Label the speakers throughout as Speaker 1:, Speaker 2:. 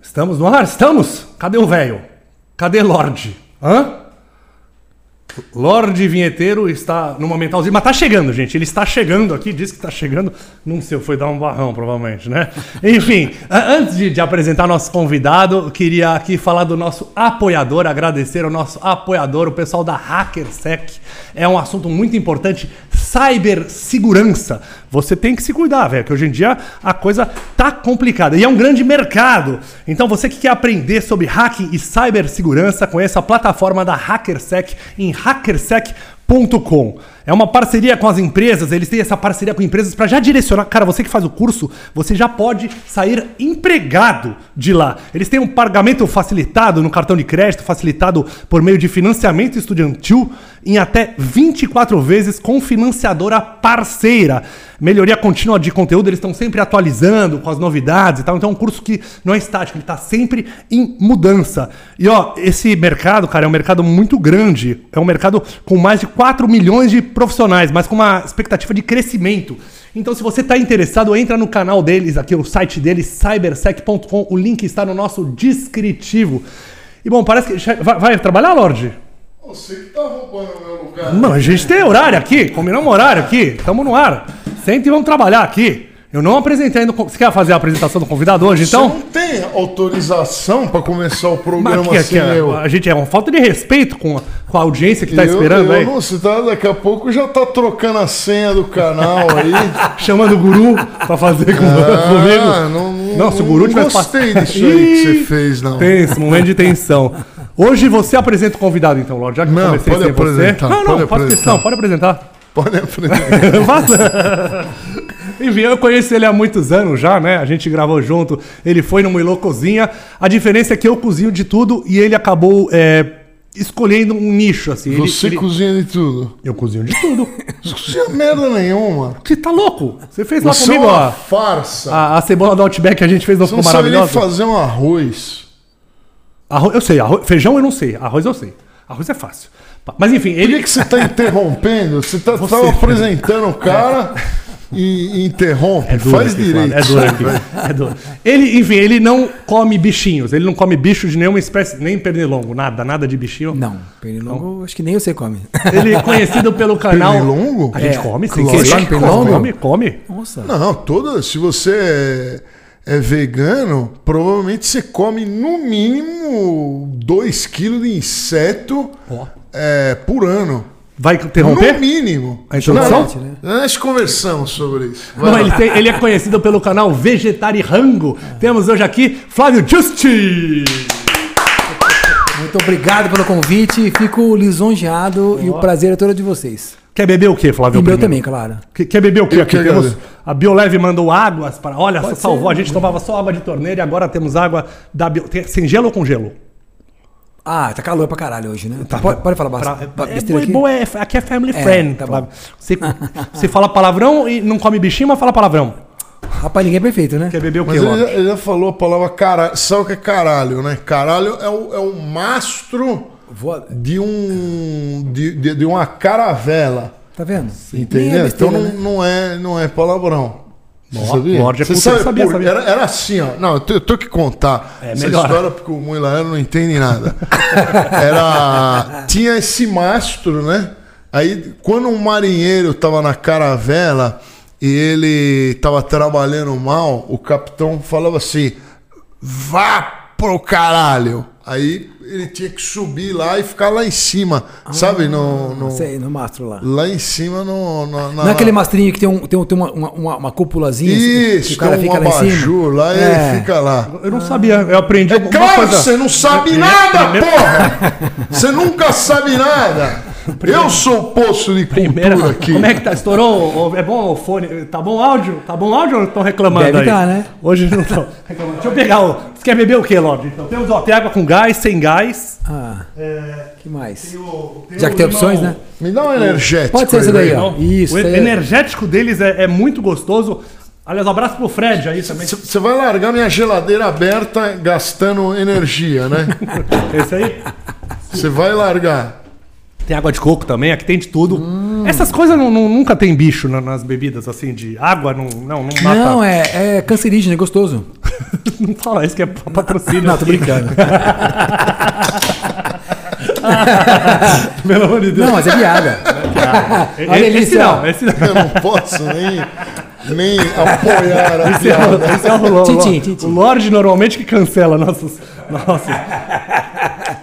Speaker 1: Estamos no ar? Estamos? Cadê o velho? Cadê Lorde? Hã? Lorde Vinheteiro está numa mentalzinha, mas tá chegando, gente. Ele está chegando aqui, disse que está chegando. Não sei, foi dar um barrão, provavelmente, né? Enfim, a- antes de, de apresentar nosso convidado, eu queria aqui falar do nosso apoiador, agradecer ao nosso apoiador, o pessoal da HackerSec. É um assunto muito importante, cibersegurança. Você tem que se cuidar, velho, que hoje em dia a coisa tá complicada e é um grande mercado. Então você que quer aprender sobre hacking e cibersegurança, conheça a plataforma da HackerSec em hackersec.com. É uma parceria com as empresas, eles têm essa parceria com empresas para já direcionar. Cara, você que faz o curso, você já pode sair empregado de lá. Eles têm um pagamento facilitado no cartão de crédito, facilitado por meio de financiamento estudantil em até 24 vezes com financiadora parceira. Melhoria contínua de conteúdo, eles estão sempre atualizando com as novidades e tal. Então é um curso que não é estático, ele está sempre em mudança. E ó, esse mercado, cara, é um mercado muito grande. É um mercado com mais de 4 milhões de profissionais, mas com uma expectativa de crescimento. Então, se você está interessado, entra no canal deles, aqui o site deles, cybersec.com. O link está no nosso descritivo. E bom, parece que. Vai, vai trabalhar, Lorde?
Speaker 2: Você que tá roubando o meu lugar.
Speaker 1: Mano, então- a gente tem horário aqui, combinamos horário aqui, estamos no ar. Senta e vamos trabalhar aqui. Eu não apresentei ainda. o con- Você quer fazer a apresentação do convidado hoje,
Speaker 2: Você
Speaker 1: então?
Speaker 2: não tem autorização pra começar o
Speaker 1: Mas
Speaker 2: programa
Speaker 1: que, que,
Speaker 2: assim, eu.
Speaker 1: a gente é uma falta de respeito com a, com a audiência que tá
Speaker 2: Eu-
Speaker 1: esperando
Speaker 2: eu
Speaker 1: aí.
Speaker 2: Não, você tá, daqui a pouco já tá trocando a senha do canal aí. Ah,
Speaker 1: Chamando o guru pra fazer com, comigo.
Speaker 2: não, não,
Speaker 1: Não, se o guru
Speaker 2: não
Speaker 1: tivesse
Speaker 2: gostei
Speaker 1: passado-
Speaker 2: disso aí que
Speaker 1: Ih,
Speaker 2: você fez, não.
Speaker 1: Tenso, momento de tensão. Hoje você apresenta o convidado, então, Lorde. Já que eu
Speaker 2: Não,
Speaker 1: comecei
Speaker 2: pode
Speaker 1: sem você.
Speaker 2: apresentar,
Speaker 1: Não, não,
Speaker 2: pode
Speaker 1: faça
Speaker 2: apresentar.
Speaker 1: questão, pode apresentar.
Speaker 2: Pode aprender.
Speaker 1: Vaza. Enfim, eu conheço ele há muitos anos já, né? A gente gravou junto, ele foi no Muilô Cozinha. A diferença é que eu cozinho de tudo e ele acabou é, escolhendo um nicho, assim. Ele-
Speaker 2: Você
Speaker 1: ele-
Speaker 2: cozinha de tudo.
Speaker 1: Eu cozinho de tudo.
Speaker 2: Você cozinha merda nenhuma.
Speaker 1: Você tá louco? Você fez lá
Speaker 2: Você é
Speaker 1: comigo,
Speaker 2: uma
Speaker 1: ó.
Speaker 2: farsa.
Speaker 1: A, a cebola do Outback que a gente fez não
Speaker 2: Você
Speaker 1: ficou
Speaker 2: não sabe nem
Speaker 1: maravilhosa?
Speaker 2: fazer um arroz.
Speaker 1: Arroz, eu sei, arroz- feijão eu não sei, arroz eu sei. Arroz é fácil. Mas enfim,
Speaker 2: Por que,
Speaker 1: ele.
Speaker 2: que você tá interrompendo? Você tá, tava
Speaker 1: É.
Speaker 2: apresentando o cara e, e interrompe.
Speaker 1: duro
Speaker 2: Faz
Speaker 1: É aqui,
Speaker 2: direito.
Speaker 1: Flávio, É duro aqui. É duro. Ele, enfim, ele não come bichinhos. Ele não come bicho de nenhuma espécie, nem pernilongo, nada, nada de bichinho.
Speaker 3: Não, pernilongo acho que nem você come.
Speaker 1: Ele é conhecido pelo canal.
Speaker 2: Pernilongo?
Speaker 1: A gente
Speaker 3: É,
Speaker 1: come, sim.
Speaker 3: lógico
Speaker 1: Você
Speaker 3: que
Speaker 1: come,
Speaker 3: come.
Speaker 1: come, come.
Speaker 3: Nossa.
Speaker 2: Não, toda. Se você é, é vegano, provavelmente você come no mínimo 2 kg de inseto
Speaker 1: Ó.
Speaker 2: é, por ano.
Speaker 1: Vai
Speaker 2: No
Speaker 1: interromper?
Speaker 2: mínimo.
Speaker 1: A introdução?
Speaker 2: Não, não, Nós conversamos sobre isso. Vai
Speaker 1: Não,
Speaker 2: lá.
Speaker 1: ele, tem- ele é conhecido pelo canal Vegetarirango. Temos hoje aqui Flávio Justi.
Speaker 3: Muito obrigado pelo convite, fico lisonjeado e o prazer é todo de vocês.
Speaker 1: Quer beber o quê,
Speaker 3: E
Speaker 1: Flávio?
Speaker 3: o meu
Speaker 1: primeiro?
Speaker 3: também, claro.
Speaker 1: Que- Quer beber o quê?
Speaker 2: Eu
Speaker 1: Aqui
Speaker 2: que
Speaker 1: temos
Speaker 2: agradeço.
Speaker 1: a Bioleve mandou águas para. Olha, só salvou. A gente tomava só água de torneira e agora temos água da Bio... tem- sem gelo ou com gelo?
Speaker 3: Ah, tá calor pra caralho hoje, né?
Speaker 2: Tá.
Speaker 3: pode, pode falar
Speaker 1: Tá, Pra-
Speaker 3: bastante.
Speaker 1: é, boa, é boa, é, aqui é family
Speaker 3: É,
Speaker 1: friend.
Speaker 3: tá
Speaker 1: Flávio.
Speaker 3: bom.
Speaker 1: você, você fala palavrão e não come bichinho, mas fala palavrão.
Speaker 3: Rapaz, ninguém é perfeito, né?
Speaker 1: Quer beber o
Speaker 2: Mas
Speaker 1: quê,
Speaker 2: ele
Speaker 1: Lopes?
Speaker 2: já, ele já falou a palavra caralho. Sabe o que é caralho, né? Caralho é o, é o mastro
Speaker 3: Vou-
Speaker 2: de, um, de, de, de uma caravela.
Speaker 3: Tá vendo? Nem
Speaker 2: Entendeu?
Speaker 3: é besteira,
Speaker 2: então não,
Speaker 3: né?
Speaker 2: não, é, não é palavrão. Você
Speaker 1: Ó,
Speaker 2: sabia?
Speaker 1: Lorde é
Speaker 2: Você
Speaker 1: cultura,
Speaker 2: sabe,
Speaker 1: sabia,
Speaker 2: por-
Speaker 1: sabia.
Speaker 2: Era, era assim, ó. Não, eu tenho, eu tenho que contar
Speaker 1: É,
Speaker 2: essa
Speaker 1: melhor.
Speaker 2: história porque o Muilaano não entende nada. era, tinha esse mastro, né? Aí, quando um marinheiro estava na caravela e ele estava trabalhando mal, o capitão falava assim: vá pro caralho. Aí ele tinha que subir lá e ficar lá em cima, sabe? No, no-
Speaker 3: Não sei, no mastro lá.
Speaker 2: Lá em cima no, no- na,
Speaker 3: Não é aquele mastrinho que tem, um, tem, um- tem uma, uma, uma- uma cúpulazinha assim, que
Speaker 2: Isso,
Speaker 3: o cara
Speaker 2: tem um
Speaker 3: fica lá em cima?
Speaker 2: abajur lá e
Speaker 3: É.
Speaker 2: ele fica lá.
Speaker 1: Eu não sabia, eu aprendi
Speaker 2: É
Speaker 1: uma
Speaker 2: claro que
Speaker 1: coisa.
Speaker 2: você não sabe nada,
Speaker 1: primeiro-
Speaker 2: porra! Você nunca sabe nada! Eu sou o poço de
Speaker 1: Primeira-
Speaker 2: cultura aqui.
Speaker 1: Como é que tá? Estourou? o- É bom o fone? Tá bom o áudio? Tá bom o áudio ou estão reclamando
Speaker 3: Deve
Speaker 1: aí?
Speaker 3: tá, né?
Speaker 1: Hoje não estão reclamando. Deixa eu pegar o... Você quer beber o quê, Lorde? Então, temos, ó, tem água com gás, sem gás.
Speaker 3: Ah,
Speaker 2: É.
Speaker 3: que mais? Já que tem opções, né?
Speaker 2: Me dá um energético.
Speaker 3: Pode ser esse
Speaker 2: aí,
Speaker 3: daí,
Speaker 2: velho.
Speaker 3: ó.
Speaker 1: Então,
Speaker 3: Isso.
Speaker 1: O
Speaker 3: isso aí.
Speaker 1: energético deles é, é muito gostoso. Aliás, um abraço pro Fred aí também.
Speaker 2: C- Você vai largar minha geladeira aberta gastando energia, né?
Speaker 1: Esse aí.
Speaker 2: Você vai largar.
Speaker 1: Tem água de coco também, aqui tem de tudo.
Speaker 3: Hum.
Speaker 1: Essas coisas não- não- nunca tem bicho na- nas bebidas, assim, de água, não, não, não mata.
Speaker 3: Não, é, é cancerígeno, é gostoso.
Speaker 1: Não fala isso que é pa- patrocínio.
Speaker 3: Não, tô
Speaker 1: aqui.
Speaker 3: brincando.
Speaker 1: Pelo amor de Deus.
Speaker 3: Não, mas é piada.
Speaker 1: E-
Speaker 3: Olha ele,
Speaker 1: esse
Speaker 3: esse, ó.
Speaker 1: não, esse não.
Speaker 2: Eu não posso nem, nem apoiar a
Speaker 1: Esse é,
Speaker 2: piada.
Speaker 1: o- esse é o Lorde.
Speaker 3: Tintim, tintim.
Speaker 1: O Lorde normalmente que cancela nossos. nossos.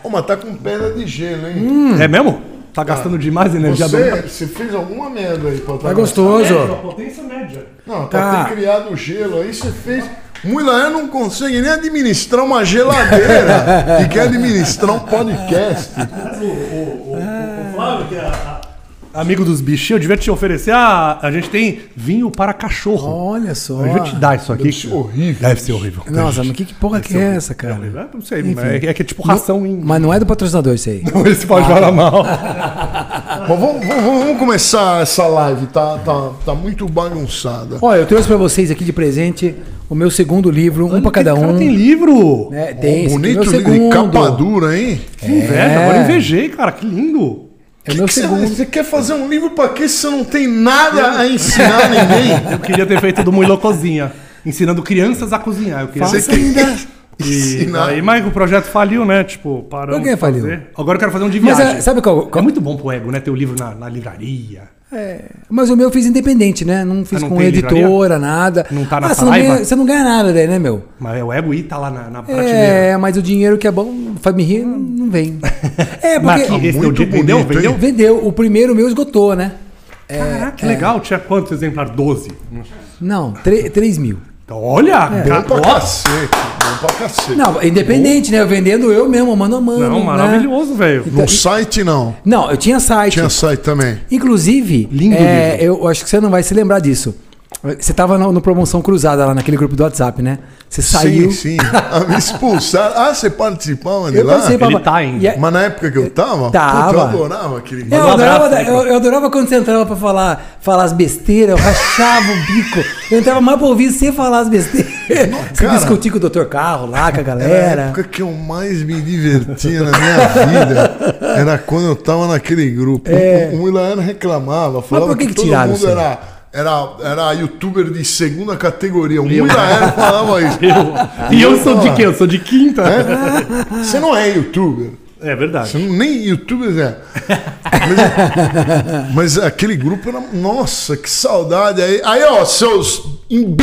Speaker 2: Ô, mas tá com pedra de gelo, hein?
Speaker 3: Hum,
Speaker 1: É mesmo? Tá gastando demais energia
Speaker 3: é
Speaker 1: É,
Speaker 2: Você, você fez alguma merda aí pra
Speaker 3: Tá gostoso.
Speaker 1: potência média.
Speaker 2: Não,
Speaker 3: Tá.
Speaker 2: pra ter criado o gelo aí, você fez. Muilaé não consegue nem administrar uma geladeira e quer administrar um podcast.
Speaker 1: Flávio, que é amigo dos bichos, eu devia te oferecer. ah, A, a gente tem vinho para cachorro.
Speaker 3: Olha só.
Speaker 1: eu devia te dar isso aqui.
Speaker 2: Deve ser horrível.
Speaker 1: Deve ser horrível.
Speaker 3: Nossa, mas que, que porra que é essa, cara?
Speaker 1: É, Não sei, mas é, que- é que é tipo ração em.
Speaker 3: Mas não é do patrocinador isso aí.
Speaker 1: Não, esse
Speaker 3: Ah,
Speaker 1: pode falar mal.
Speaker 2: Mas vamos, vamos- vamos começar essa live, tá, tá, tá muito bagunçada.
Speaker 3: Olha, eu trouxe pra vocês aqui de presente o meu segundo livro, um pra cada
Speaker 1: Esse cara
Speaker 3: um.
Speaker 1: Tem livro.
Speaker 3: É, tem esse aqui,
Speaker 2: Bonito
Speaker 3: meu
Speaker 2: livro de
Speaker 3: segundo.
Speaker 2: capa dura, hein?
Speaker 1: Que inveja, agora invejei, cara. Que lindo.
Speaker 3: É o meu
Speaker 2: Que que você-
Speaker 3: segundo.
Speaker 2: Você quer fazer um livro pra quê se você não tem nada a ensinar a ninguém?
Speaker 1: Eu queria ter feito do Muilo Cozinha, ensinando crianças a cozinhar. Eu queria
Speaker 2: Você
Speaker 1: ser...
Speaker 2: quer
Speaker 1: E
Speaker 2: ensinar.
Speaker 1: aí, mas o projeto faliu, né? Tipo, paramos.
Speaker 3: Por que
Speaker 1: de fazer.
Speaker 3: faliu?
Speaker 1: Agora eu quero fazer um de
Speaker 3: Mas
Speaker 1: viagem.
Speaker 3: é, sabe qual,
Speaker 1: É
Speaker 3: qual-
Speaker 1: muito bom pro ego, né? Ter o livro na, na livraria.
Speaker 3: é, Mas o meu eu fiz independente, né? Não
Speaker 1: Ah,
Speaker 3: fiz
Speaker 1: não
Speaker 3: com
Speaker 1: tem
Speaker 3: editora,
Speaker 1: livraria?
Speaker 3: nada.
Speaker 1: Não tá na
Speaker 3: ah, você, não
Speaker 1: Saraiva?
Speaker 3: ganha, você não ganha nada daí, né, meu?
Speaker 1: Mas é o ego ir tá lá na, na prateleira.
Speaker 3: É, mas o dinheiro que é bom, faz me rir, não vem. É,
Speaker 1: Mas
Speaker 3: porque
Speaker 1: aqui, esse
Speaker 2: Muito
Speaker 1: teu dia- vendeu?
Speaker 2: bonito,
Speaker 1: vendeu?
Speaker 2: hein?
Speaker 3: vendeu. O primeiro meu esgotou, né? É,
Speaker 1: Caraca, que legal. Tinha quantos exemplares? 12.
Speaker 3: Não, 3 mil.
Speaker 1: Então, olha!
Speaker 3: É.
Speaker 2: Bom
Speaker 1: cara,
Speaker 2: pra
Speaker 1: ó,
Speaker 2: cacete, bom pra cacete.
Speaker 3: Não, independente, né? Eu vendendo eu mesmo, mano a mano.
Speaker 1: não,
Speaker 3: né?
Speaker 1: maravilhoso, velho.
Speaker 3: é-
Speaker 2: No site não.
Speaker 3: Não, eu tinha site.
Speaker 2: Tinha site também.
Speaker 3: Inclusive,
Speaker 1: Lindo
Speaker 3: é, eu acho que você não vai se lembrar disso. Você tava no, no promoção cruzada lá naquele grupo do WhatsApp, né? Você saiu.
Speaker 2: Sim, sim. Ah, me expulsaram. Ah, você participava de
Speaker 3: Eu
Speaker 2: lá?
Speaker 3: pensei, papai.
Speaker 1: tá ainda.
Speaker 3: E a-
Speaker 2: Mas na época que eu tava,
Speaker 3: Tava.
Speaker 2: puta, eu adorava aquele
Speaker 3: eu,
Speaker 1: um abraço,
Speaker 3: adorava,
Speaker 1: né,
Speaker 3: eu, eu adorava quando você entrava pra falar, falar as besteiras, eu rachava o bico. Eu entrava mais pra ouvir você falar as besteiras. Você
Speaker 2: cara.
Speaker 3: discutir com o Dr. Carro lá, com
Speaker 2: Era
Speaker 3: a
Speaker 2: a
Speaker 3: galera.
Speaker 2: época que eu mais me divertia na minha vida. Era quando eu tava naquele grupo. Um, O, o Milano reclamava, falava
Speaker 3: É. por que
Speaker 2: que,
Speaker 3: que
Speaker 2: todo
Speaker 3: tiraram
Speaker 2: mundo
Speaker 3: você?
Speaker 2: era, era, era youtuber de segunda categoria. Um, O Milano falava isso.
Speaker 1: E eu sou de quê? Eu sou de quinta?
Speaker 2: É? Você não é youtuber.
Speaker 1: É verdade.
Speaker 2: Você não- nem youtuber é. Mas, mas aquele grupo era. Nossa, que saudade aí. Aí, ó, seus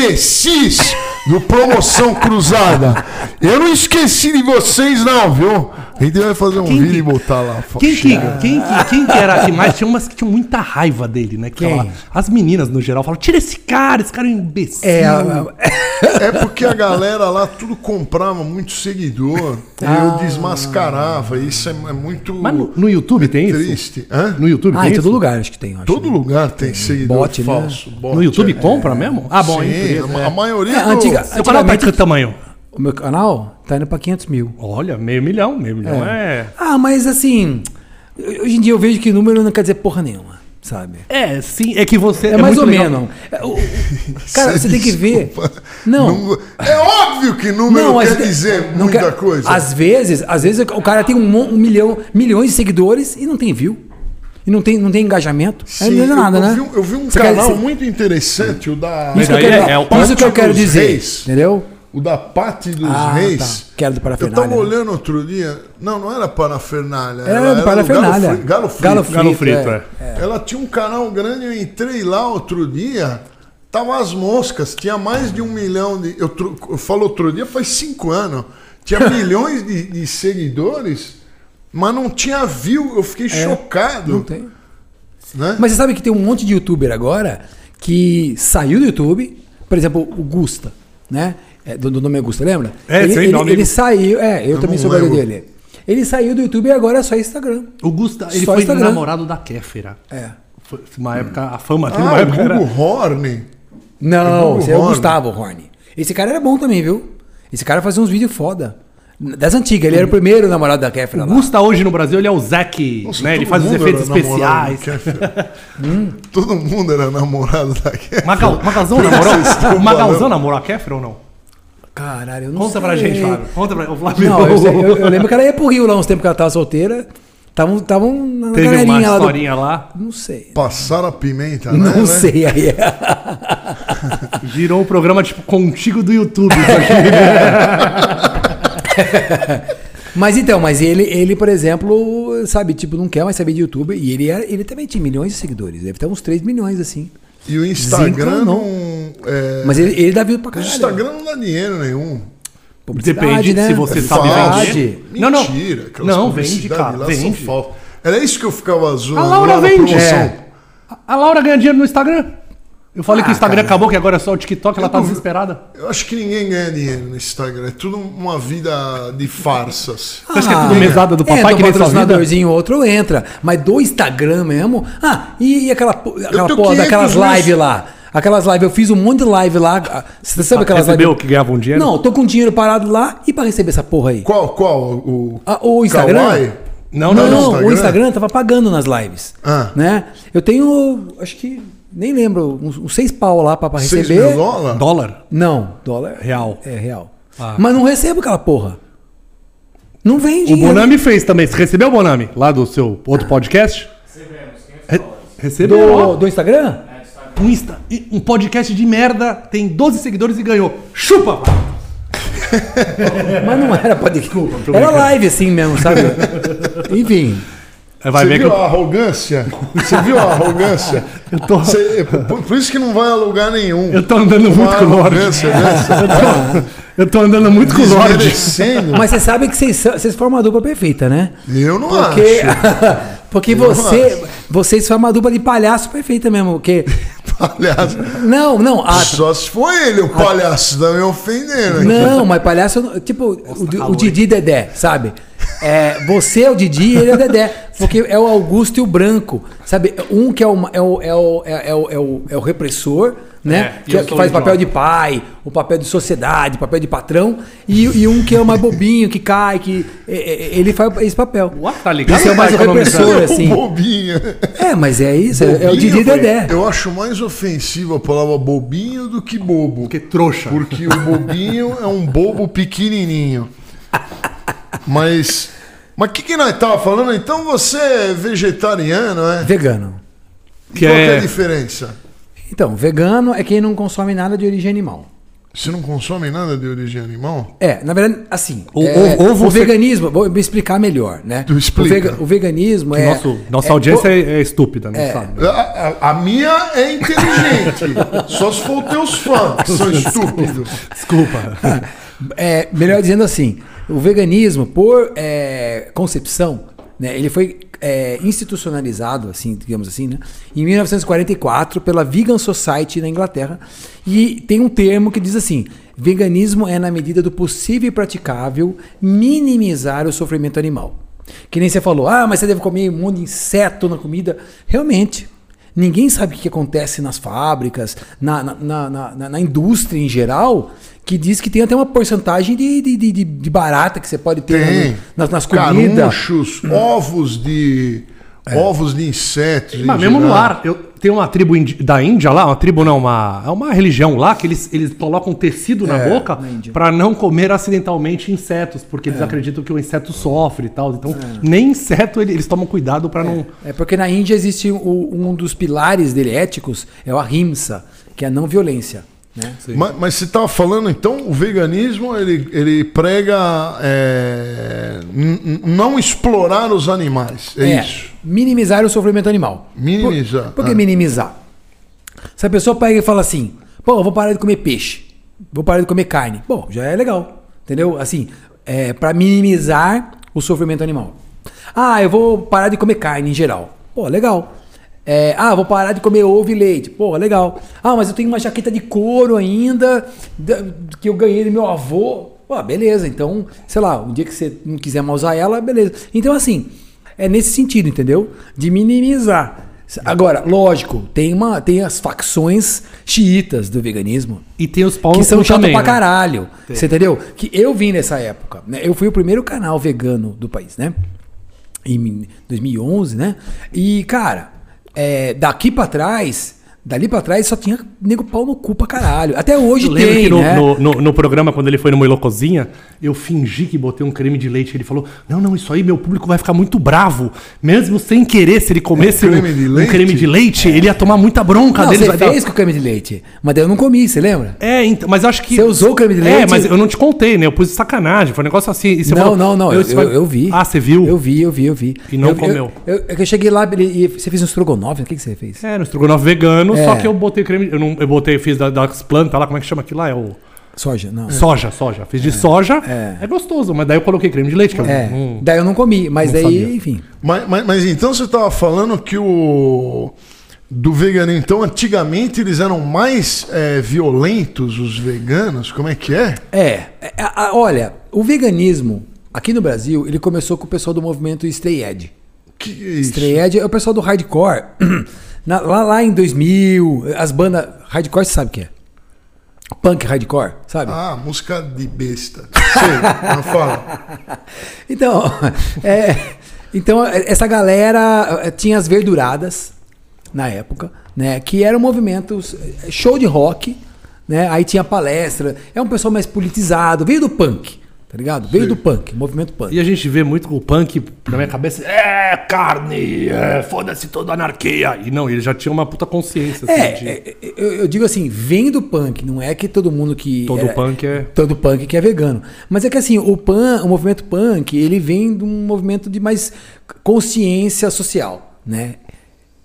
Speaker 2: imbecis do Promoção Cruzada. Eu não esqueci de vocês, não, viu? A gente vai fazer um
Speaker 1: Quem
Speaker 2: vídeo
Speaker 1: que-
Speaker 2: e botar lá. fo-
Speaker 1: Quem que, quem, que, quem que era que mais? Tinha umas que tinham muita raiva dele, né? Que
Speaker 3: Quem?
Speaker 1: falava- as meninas, no geral, falavam: tira esse cara, esse cara é um imbecil.
Speaker 3: É,
Speaker 2: assim,
Speaker 3: a- a-
Speaker 2: É porque a galera lá tudo comprava muito seguidor. E eu desmascarava. Isso é, é muito
Speaker 1: Ah. Mas no, é no YouTube tem isso?
Speaker 2: triste. Hã?
Speaker 1: No YouTube
Speaker 3: ah,
Speaker 1: tem
Speaker 3: em todo
Speaker 1: isso?
Speaker 3: lugar, acho que tem. acho.
Speaker 2: um Todo lugar tem seguidor
Speaker 3: Bote, né?
Speaker 2: falso. bote,
Speaker 1: No YouTube
Speaker 2: é.
Speaker 1: compra mesmo? Ah, bom,
Speaker 2: Sim,
Speaker 1: hein?
Speaker 2: a, a maioria.
Speaker 3: É,
Speaker 2: do-
Speaker 3: antiga-
Speaker 1: Seu canal tá de que tamanho?
Speaker 3: O meu canal tá indo pra 500 mil.
Speaker 1: Olha, meio milhão, meio milhão é.
Speaker 3: Ah, mas assim, hoje em dia eu vejo que número não quer dizer porra nenhuma, sabe?
Speaker 1: É, sim, é que você.
Speaker 3: É, mais
Speaker 1: muito
Speaker 3: ou
Speaker 1: legal.
Speaker 3: menos. É, o- o- Cara, você tem que ver.
Speaker 2: Desculpa.
Speaker 3: Não.
Speaker 2: É óbvio que número
Speaker 3: Não,
Speaker 2: quer
Speaker 3: às ve-
Speaker 2: dizer
Speaker 3: não
Speaker 2: muita
Speaker 3: quer-
Speaker 2: coisa.
Speaker 3: Às vezes, às vezes o cara tem um, mon- um milhão, milhões de seguidores e não tem view. E não tem, não tem engajamento. Aí
Speaker 2: Sim,
Speaker 3: não
Speaker 2: eu,
Speaker 3: é nada,
Speaker 2: eu
Speaker 3: né?
Speaker 2: vi um, eu vi um
Speaker 3: Você
Speaker 2: canal
Speaker 3: quer- você-
Speaker 2: muito interessante, o da.
Speaker 1: Mas
Speaker 3: Isso que eu
Speaker 1: aí
Speaker 3: quero,
Speaker 1: é- é o
Speaker 3: isso que eu
Speaker 2: Pátio
Speaker 3: quero
Speaker 2: dos
Speaker 3: dizer.
Speaker 2: Reis.
Speaker 3: Entendeu?
Speaker 2: O da Pate dos
Speaker 3: Ah,
Speaker 2: Reis.
Speaker 3: tá. Que era do
Speaker 2: Eu
Speaker 3: Parafernália,
Speaker 2: tava
Speaker 3: né?
Speaker 2: olhando outro dia. Não, não era Parafernália.
Speaker 3: Era do
Speaker 2: do
Speaker 3: Parafernália.
Speaker 2: É, Galo Frito. Galo Frito.
Speaker 3: É, Galo Frito.
Speaker 1: Galo frito,
Speaker 3: é.
Speaker 1: é.
Speaker 2: Ela tinha um canal grande, eu entrei lá outro dia, tava as moscas, tinha mais de um milhão de. Eu, tro- eu falo outro dia, faz cinco anos. Tinha milhões de, de seguidores, mas não tinha view. Eu fiquei chocado.
Speaker 3: Não tem.
Speaker 2: Né?
Speaker 3: Mas você sabe que tem um monte de youtuber agora que saiu do YouTube, por exemplo, o Gusta, né? É, do, do nome é Gusta, lembra?
Speaker 1: É,
Speaker 3: ele,
Speaker 1: sei,
Speaker 3: ele,
Speaker 1: nome-
Speaker 3: ele saiu, é, eu,
Speaker 2: Eu
Speaker 3: também
Speaker 2: não
Speaker 3: sou galera
Speaker 2: lembro.
Speaker 3: dele. Ele saiu do YouTube e agora é só Instagram.
Speaker 1: O Gusta, ele
Speaker 3: Só
Speaker 1: foi
Speaker 3: Instagram.
Speaker 1: namorado da Kéfera.
Speaker 3: É.
Speaker 1: Foi uma época, a fama teve uma
Speaker 2: ah, o
Speaker 1: época. Era...
Speaker 2: Hugo Horn.
Speaker 3: Não,
Speaker 2: Hugo
Speaker 3: esse é o
Speaker 2: Horn.
Speaker 3: Gustavo Horn. Esse cara era bom também, viu? Esse cara fazia uns vídeos foda. Das antigas, ele era o primeiro namorado da Kefra
Speaker 1: Uhum. O
Speaker 3: Tá lá.
Speaker 1: Gusta hoje no Brasil, ele é o Zack,
Speaker 2: Nossa,
Speaker 1: né? Ele
Speaker 2: todo
Speaker 1: faz os
Speaker 2: mundo
Speaker 1: efeitos
Speaker 2: era namorado
Speaker 1: especiais.
Speaker 2: do Kéfera. Todo mundo era namorado da Kéfera.
Speaker 1: Magal, Magalzão namorou? O Magalzão namorou a Kéfera ou não?
Speaker 3: Caralho, eu não
Speaker 1: Conta
Speaker 3: sei.
Speaker 1: pra gente, Flávio. Conta pra o Flávio.
Speaker 3: Não, eu, sei- eu- eu lembro que ela ia pro Rio lá uns tempos que ela tava solteira. Estavam na
Speaker 1: Teve uma
Speaker 3: galerinha lá do...
Speaker 1: historinha lá,
Speaker 3: Não sei.
Speaker 2: Passaram a pimenta, né?
Speaker 3: Não
Speaker 2: né?
Speaker 3: sei aí. é.
Speaker 1: virou um programa tipo contigo do YouTube. isso aqui.
Speaker 3: Mas então, mas ele, ele, por exemplo, sabe, tipo, não quer mais saber de YouTube. E ele, era, ele também tinha milhões de seguidores. Deve ter uns 3 milhões, assim.
Speaker 2: E o Instagram
Speaker 3: Zica, não.
Speaker 2: não. é,
Speaker 3: Mas ele, ele dá vida pra
Speaker 2: O
Speaker 3: caralho.
Speaker 2: Instagram não dá dinheiro nenhum.
Speaker 3: Publicidade,
Speaker 1: Depende
Speaker 3: né?
Speaker 1: se você sabe
Speaker 3: Publicidade.
Speaker 1: vender.
Speaker 2: Mentira,
Speaker 1: não, não.
Speaker 2: aquelas
Speaker 1: Não, vende,
Speaker 2: publicidades
Speaker 1: cara.
Speaker 2: lá são
Speaker 1: Vende.
Speaker 2: falsas. Era isso que eu ficava zoando
Speaker 1: A Laura
Speaker 2: lá na
Speaker 1: vende.
Speaker 2: promoção.
Speaker 1: É. A Laura ganha dinheiro no Instagram. Eu falei
Speaker 3: Ah,
Speaker 1: que o Instagram
Speaker 3: cara.
Speaker 1: acabou, que agora é só o TikTok, ela
Speaker 2: Eu
Speaker 1: tá
Speaker 2: duvido.
Speaker 1: desesperada.
Speaker 2: Eu acho que ninguém ganha dinheiro no Instagram. É tudo uma vida de farsas.
Speaker 1: Você acha que é tudo mesada do papai
Speaker 3: Ah, é,
Speaker 1: que
Speaker 3: um
Speaker 1: nem sua vida?
Speaker 3: patrocinadorzinho outro entra. Mas do Instagram mesmo. Ah, e, e aquela, po- aquela
Speaker 2: tenho
Speaker 3: porra
Speaker 2: 500
Speaker 3: daquelas
Speaker 2: mil-
Speaker 3: lives lá. Aquelas lives, eu fiz um monte de live lá. Você sabe aquelas
Speaker 1: Recebeu
Speaker 3: lives?
Speaker 1: que ganhava um dinheiro?
Speaker 3: Não, tô com dinheiro parado lá e pra receber essa porra aí.
Speaker 2: Qual, qual? O,
Speaker 3: Ah, o Instagram?
Speaker 2: Kawaii?
Speaker 1: Não, não, não.
Speaker 3: Não,
Speaker 2: Tá Instagram?
Speaker 3: o Instagram tava pagando nas lives.
Speaker 2: Ah.
Speaker 3: Né? Eu tenho, acho que, nem lembro, uns, uns seis pau lá pra, pra
Speaker 2: Seis
Speaker 3: receber.
Speaker 2: mil dólar?
Speaker 1: Dólar?
Speaker 3: Não, dólar.
Speaker 1: Real.
Speaker 3: É, real.
Speaker 1: Ah.
Speaker 3: Mas não recebo aquela porra. Não vem
Speaker 1: O
Speaker 3: dinheiro.
Speaker 1: Bonami fez também. Você recebeu o Bonami lá do seu outro podcast? Recebemos. é Recebeu.
Speaker 3: do,
Speaker 1: ó.
Speaker 3: do Instagram?
Speaker 1: Um, Insta, e um podcast de merda tem 12 seguidores e ganhou. Chupa! pá!
Speaker 3: Mas não era pra desculpa.
Speaker 1: tô
Speaker 3: Era
Speaker 1: brincando.
Speaker 3: live assim mesmo, sabe? Enfim.
Speaker 1: É, Vai
Speaker 2: Você
Speaker 1: ver que
Speaker 2: viu
Speaker 1: eu,
Speaker 2: a arrogância? Você viu a arrogância?
Speaker 1: eu tô,
Speaker 2: Você- é por, por isso que não vai a lugar nenhum.
Speaker 1: eu tô andando
Speaker 2: Uma
Speaker 1: muito com o Lorde.
Speaker 2: arrogância né? dessa.
Speaker 1: Eu tô andando muito com o Lorde.
Speaker 2: Desmerecendo.
Speaker 3: Mas você sabe que vocês, são- vocês formam uma dupla perfeita, né?
Speaker 2: Eu não
Speaker 3: Porque,
Speaker 2: acho.
Speaker 3: porque
Speaker 2: Eu
Speaker 3: você, vocês formam uma dupla de palhaço perfeita mesmo. Porque,
Speaker 2: Palhaço.
Speaker 3: não, não. A,
Speaker 2: Só se foi ele, o palhaço, tá me ofendendo.
Speaker 3: Não, mas palhaço. não- Tipo, o,
Speaker 1: tá
Speaker 3: Di- o Didi Dedé, sabe? É, você é o Didi e ele é o Dedé. Porque é o Augusto e o Branco. Sabe? Um que é o, é o, é o, é o, é o, é o repressor, né?
Speaker 1: É, e
Speaker 3: que
Speaker 1: eu
Speaker 3: que
Speaker 1: sou
Speaker 3: faz
Speaker 1: o
Speaker 3: papel
Speaker 1: idiota.
Speaker 3: de pai, o papel de sociedade, papel de patrão. E, e um que é o mais bobinho, que cai, que. é, é, ele faz esse papel.
Speaker 1: What? Tá ligado?
Speaker 3: Esse é o mais
Speaker 1: Tá economizando.
Speaker 3: repressor.
Speaker 2: É
Speaker 3: assim.
Speaker 2: um bobinho.
Speaker 3: É, mas é isso. é- é o Didi
Speaker 2: Bobinho,
Speaker 3: Dedé.
Speaker 2: Eu acho mais ofensiva a palavra bobinho do que bobo.
Speaker 1: Que trouxa.
Speaker 2: Porque o bobinho é um bobo pequenininho. Mas. Mas o que, que nós tava falando? Então você é vegetariano, é?
Speaker 3: Vegano.
Speaker 1: Que
Speaker 2: Qual que é a
Speaker 1: é...
Speaker 2: diferença?
Speaker 3: Então, vegano é quem não consome nada de origem animal.
Speaker 2: Você não consome nada de origem animal?
Speaker 3: É, na verdade, assim.
Speaker 1: O-
Speaker 3: é,
Speaker 1: ou- ou você-
Speaker 3: veganismo, vou me explicar melhor, né?
Speaker 2: Tu explica.
Speaker 3: O, vega- o veganismo é.
Speaker 1: Nosso, nossa audiência é, é estúpida, não
Speaker 3: É.
Speaker 1: sabe?
Speaker 2: A, a- a minha é inteligente. Só se for os teus fãs, que são estúpidos.
Speaker 1: Desculpa.
Speaker 3: é, melhor dizendo assim, o veganismo, por é, concepção, né, ele foi é, institucionalizado, assim, digamos assim, né, em 1944 pela Vegan Society na Inglaterra. E tem um termo que diz assim: veganismo é, na medida do possível e praticável, minimizar o sofrimento animal. Que nem você falou, ah, mas você deve comer um monte de inseto na comida. Realmente. Ninguém sabe o que acontece nas fábricas, na, na, na- na- na- na indústria em geral, que diz que tem até uma porcentagem de, de, de- de- de barata que você pode ter
Speaker 2: Tem. um
Speaker 3: nas, nas comidas.
Speaker 2: Carunchos, ovos de. Ovos de insetos.
Speaker 1: Mas
Speaker 2: em
Speaker 1: Ah, mesmo no
Speaker 3: né?
Speaker 2: geral.
Speaker 1: ar, eu, tem uma tribo indi- da Índia lá, uma tribo não, uma, é uma religião lá, que eles, eles colocam um tecido
Speaker 3: É,
Speaker 1: na boca pra não comer acidentalmente insetos, porque
Speaker 3: É.
Speaker 1: eles acreditam que o inseto sofre e tal. Então, nem inseto ele- eles tomam cuidado pra não.
Speaker 3: É porque na Índia existe o- um dos pilares dele éticos, é o ahimsa, que é a não violência. né?
Speaker 2: Mas, mas você estava falando, então, o veganismo ele, ele prega é, n- n- não explorar os animais. É, isso.
Speaker 3: Minimizar o sofrimento animal.
Speaker 2: Minimizar,
Speaker 3: Por, por que
Speaker 2: ah.
Speaker 3: minimizar? Se a pessoa pega e fala assim, pô, eu vou parar de comer peixe, vou parar de comer carne. Bom, já é legal, entendeu? Assim, é para minimizar o sofrimento animal. Ah, eu vou parar de comer carne em geral. Pô, legal. É, ah, vou parar de comer ovo e leite. Pô, legal. Ah, mas eu tenho uma jaqueta de couro ainda da- que eu ganhei do meu avô. Pô, beleza. Então, sei lá, um dia que você não quiser mais usar ela, beleza. Então, assim, é nesse sentido, entendeu? De minimizar. Agora, lógico, tem, uma, tem as facções xiitas do veganismo
Speaker 1: E tem os pau
Speaker 3: que
Speaker 1: no
Speaker 3: são
Speaker 1: cu
Speaker 3: chato
Speaker 1: também,
Speaker 3: pra
Speaker 1: né?
Speaker 3: caralho. Você entendeu? Que eu vim nessa época. né? Eu fui o primeiro canal vegano do país, né? Em 2011, né? E, cara, é, daqui pra trás, Dali pra trás só tinha nego pau no cu pra caralho. Até hoje
Speaker 1: Eu lembro
Speaker 3: tem,
Speaker 1: que no,
Speaker 3: né?
Speaker 1: no- no- no programa, quando ele foi no Moilô Cozinha, eu fingi que botei um creme de leite. Ele falou: Não, não, isso aí, meu público vai ficar muito bravo. Mesmo sem querer, se ele comesse
Speaker 3: É,
Speaker 1: um,
Speaker 2: creme de
Speaker 1: um
Speaker 2: leite?
Speaker 1: creme de leite, ele ia tomar muita bronca
Speaker 3: Não,
Speaker 1: deles.
Speaker 3: você
Speaker 1: vai dar-
Speaker 3: fez com creme de leite. Mas daí eu não comi, você lembra?
Speaker 1: É, então, mas eu acho que.
Speaker 3: Você usou o creme de leite?
Speaker 1: É, mas eu não te contei, né? Eu pus de sacanagem. Foi um negócio assim. e você
Speaker 3: não,
Speaker 1: falou,
Speaker 3: não, não, eu,
Speaker 1: você falou-
Speaker 3: eu- eu vi.
Speaker 1: Ah, você viu?
Speaker 3: Eu vi, eu vi, eu vi.
Speaker 1: E não
Speaker 3: Eu- eu-
Speaker 1: comeu.
Speaker 3: eu- É que eu cheguei lá ele- e você fez um estrogonofe, o que, que você fez?
Speaker 1: É, no estrogonofe vegano,
Speaker 3: É.
Speaker 1: só que eu botei creme. Eu, não, eu botei, fiz da- das plantas lá, como é que chama aquilo lá? É o.
Speaker 3: Soja, não.
Speaker 1: Soja, soja. Fiz de soja.
Speaker 3: É.
Speaker 1: É. gostoso, mas daí eu coloquei creme de leite, que
Speaker 3: É,
Speaker 1: eu não.
Speaker 3: daí eu não comi, mas
Speaker 1: Hum. não
Speaker 3: daí,
Speaker 1: sabia.
Speaker 3: enfim.
Speaker 2: Mas, mas- mas então você estava falando que o. Do vegano, então, antigamente eles eram mais eh, violentos, os veganos? Como é que é?
Speaker 3: É, é, a- a- olha, o veganismo aqui no Brasil, ele começou com o pessoal do movimento Stray Edge.
Speaker 2: Que isso?
Speaker 3: Stray Edge é o pessoal do hardcore. Na- lá, lá em 2000, as bandas hardcore, você sabe o que é? Punk hardcore, sabe?
Speaker 2: Ah, música de besta. Sei, não fala.
Speaker 3: Então, é, então é, essa galera é, tinha as verduradas na época, né? Que eram movimentos é, show de rock, né? Aí tinha palestra, é um pessoal mais politizado, veio do punk, tá ligado? Veio do punk, movimento punk.
Speaker 1: E a gente vê muito o punk na minha cabeça. É carne, é foda-se toda a anarquia. E não, ele já tinha uma puta consciência. assim, de-
Speaker 3: É, é, é, eu, eu digo assim, vem do punk, não é que todo mundo que.
Speaker 1: Todo punk é-
Speaker 3: Todo punk que é vegano. Mas é que assim, o, pan, o movimento punk, ele vem de um movimento de mais consciência social, né?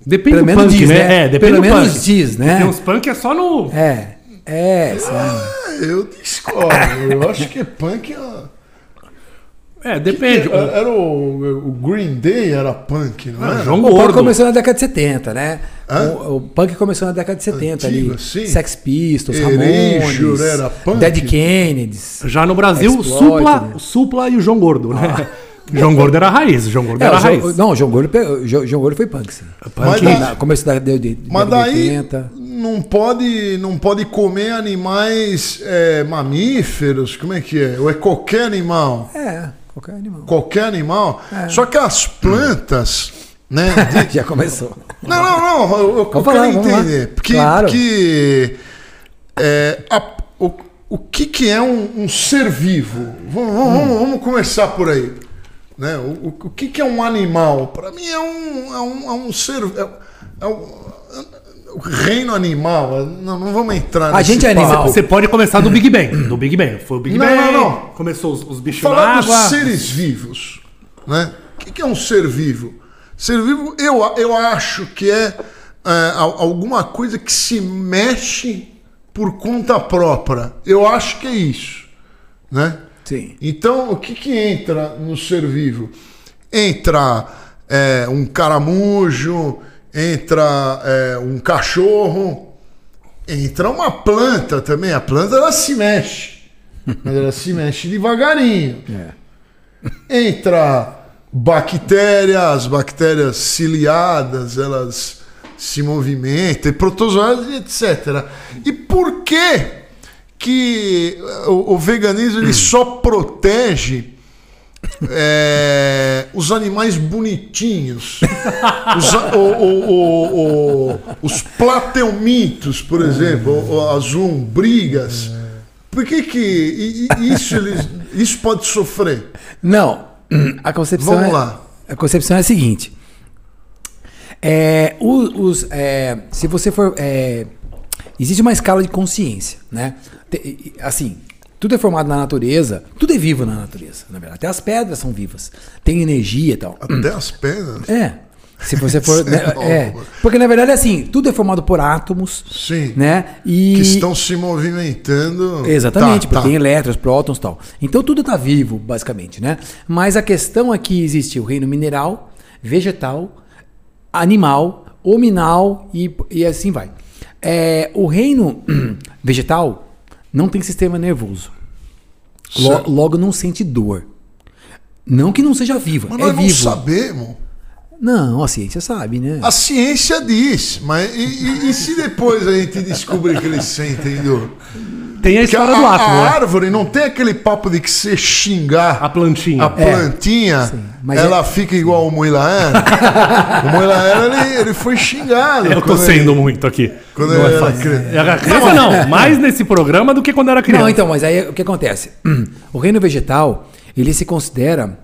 Speaker 1: Depende
Speaker 3: Pelo
Speaker 1: do
Speaker 3: menos
Speaker 1: punk,
Speaker 3: diz,
Speaker 1: né?
Speaker 3: né?
Speaker 1: É, depende
Speaker 3: Pelo
Speaker 1: do
Speaker 3: menos
Speaker 1: punk.
Speaker 3: diz, né?
Speaker 1: Porque uns punk é só no.
Speaker 3: É. É, sim.
Speaker 2: Ah, Eu discordo. Eu acho que punk é-
Speaker 1: É, depende.
Speaker 3: uh,
Speaker 2: era, era o, o Green Day era punk, não
Speaker 1: Ah,
Speaker 2: era?
Speaker 1: João
Speaker 3: O punk
Speaker 1: Gordo.
Speaker 3: começou na década de 70, né?
Speaker 2: Hã?
Speaker 3: O, o punk começou na década de 70
Speaker 2: Antigo,
Speaker 3: ali.
Speaker 2: sim.
Speaker 3: Sex Pistols,
Speaker 2: Erasure
Speaker 3: Ramones,
Speaker 2: era punk?
Speaker 3: Dead Kennedys.
Speaker 1: Já no Brasil,
Speaker 3: Exploited.
Speaker 2: né?
Speaker 1: Supla, Supla e o João Gordo, né?
Speaker 2: Ah.
Speaker 1: João Gordo era a raiz, João Gordo
Speaker 3: É,
Speaker 1: era a
Speaker 3: o
Speaker 1: raiz.
Speaker 3: João, não, o João Gordo, pe- o Jo- João Gordo foi punk, sim.
Speaker 2: Mas
Speaker 3: Punk
Speaker 2: da-
Speaker 3: na- começo da de, de,
Speaker 2: Mas
Speaker 3: década de
Speaker 2: daí
Speaker 3: 80.
Speaker 2: não pode, não pode comer animais eh, mamíferos, como é que é? Ou é qualquer animal?
Speaker 3: É, qualquer animal.
Speaker 2: Qualquer animal.
Speaker 1: É.
Speaker 2: Só que as plantas, né? de-
Speaker 3: Já começou.
Speaker 2: Não, não, não. Eu, eu quero
Speaker 3: Vamos falar, vamos lá.
Speaker 2: entender. Porque,
Speaker 3: Claro.
Speaker 2: porque, é, a- o, o que, que é um, um ser vivo? Vamos,
Speaker 3: Hum.
Speaker 2: vamos- vamos- vamos começar por aí. Né? O, o- o que, que é um animal? Para mim é um, é um, é um ser. É, é um- é o reino animal. é- Não, não vamos entrar
Speaker 3: A gente é
Speaker 2: papo.
Speaker 3: animal.
Speaker 1: Você pode começar do Big Bang. Do Big Bang. Foi o Big
Speaker 2: Não,
Speaker 1: Bang.
Speaker 2: não, não.
Speaker 1: Começou os, os bichos na
Speaker 2: Falar
Speaker 1: água.
Speaker 2: dos seres vivos, né? O que, que é um ser vivo? Ser vivo, eu, a- eu acho que é, é, al- alguma coisa que se mexe por conta própria. Eu acho que é isso, né?
Speaker 3: Sim.
Speaker 2: Então, o que, que entra no ser vivo? Entra é, um caramujo, entra é, um cachorro, entra uma planta também. A planta ela se mexe, mas ela se mexe devagarinho. Entra bactérias, as bactérias ciliadas, elas se movimentam, e protozoários, e etc. E por que que eh, o, o veganismo ele só protege é, os animais bonitinhos, os, a- o- o- o- o- os plateumintos, por exemplo, ou- ou as lombrigas. Por que que i- i- isso, eles, isso pode sofrer?
Speaker 3: Não, a concepção.
Speaker 2: Vamos
Speaker 3: é-
Speaker 2: lá.
Speaker 3: A concepção é a seguinte: É, o- os, é, se você for. é, existe uma escala de consciência, né? Te- e- e- assim, tudo é formado na natureza, tudo é vivo na natureza, na verdade. Até as pedras são vivas, tem energia e tal.
Speaker 2: Até as penas?
Speaker 3: É. Se você for.
Speaker 2: Isso é
Speaker 3: né,
Speaker 2: novo.
Speaker 3: é. Porque na verdade é assim, tudo é formado por átomos.
Speaker 2: Sim.
Speaker 3: Né? E,
Speaker 2: Que estão se movimentando.
Speaker 3: Exatamente,
Speaker 2: Tá,
Speaker 3: porque tem
Speaker 2: tá.
Speaker 3: elétrons, prótons e tal. Então tudo está vivo, basicamente, né? Mas a questão é que existe o reino mineral, vegetal, animal, hominal e, e assim vai. É, o reino vegetal não tem sistema nervoso. Lo-
Speaker 2: Certo.
Speaker 3: logo não sente dor. Não que não seja viva,
Speaker 2: Mas
Speaker 3: é
Speaker 2: nós não
Speaker 3: vivo.
Speaker 2: sabemos.
Speaker 3: Não, a ciência sabe, né?
Speaker 2: A ciência diz, mas e, e- e se depois a gente descobrir que eles sentem dor?
Speaker 1: tem a
Speaker 2: Que a,
Speaker 1: história do
Speaker 2: a-
Speaker 1: átomo,
Speaker 2: a
Speaker 1: né?
Speaker 2: árvore não tem aquele papo de que você xingar
Speaker 1: A plantinha. É,
Speaker 2: a plantinha,
Speaker 3: sim, mas
Speaker 2: ela fica igual o Muilaer. o Muilaer, ele, ele foi xingado.
Speaker 1: Eu tô
Speaker 2: quando
Speaker 1: sendo muito aqui.
Speaker 2: Ele, quando
Speaker 1: Não
Speaker 2: ele
Speaker 1: é
Speaker 2: era Tá
Speaker 1: fácil.
Speaker 2: criança.
Speaker 1: Era criança não, mais nesse programa do que quando era criança.
Speaker 3: Não, então, mas aí o que acontece? Hum, O reino vegetal, ele se considera,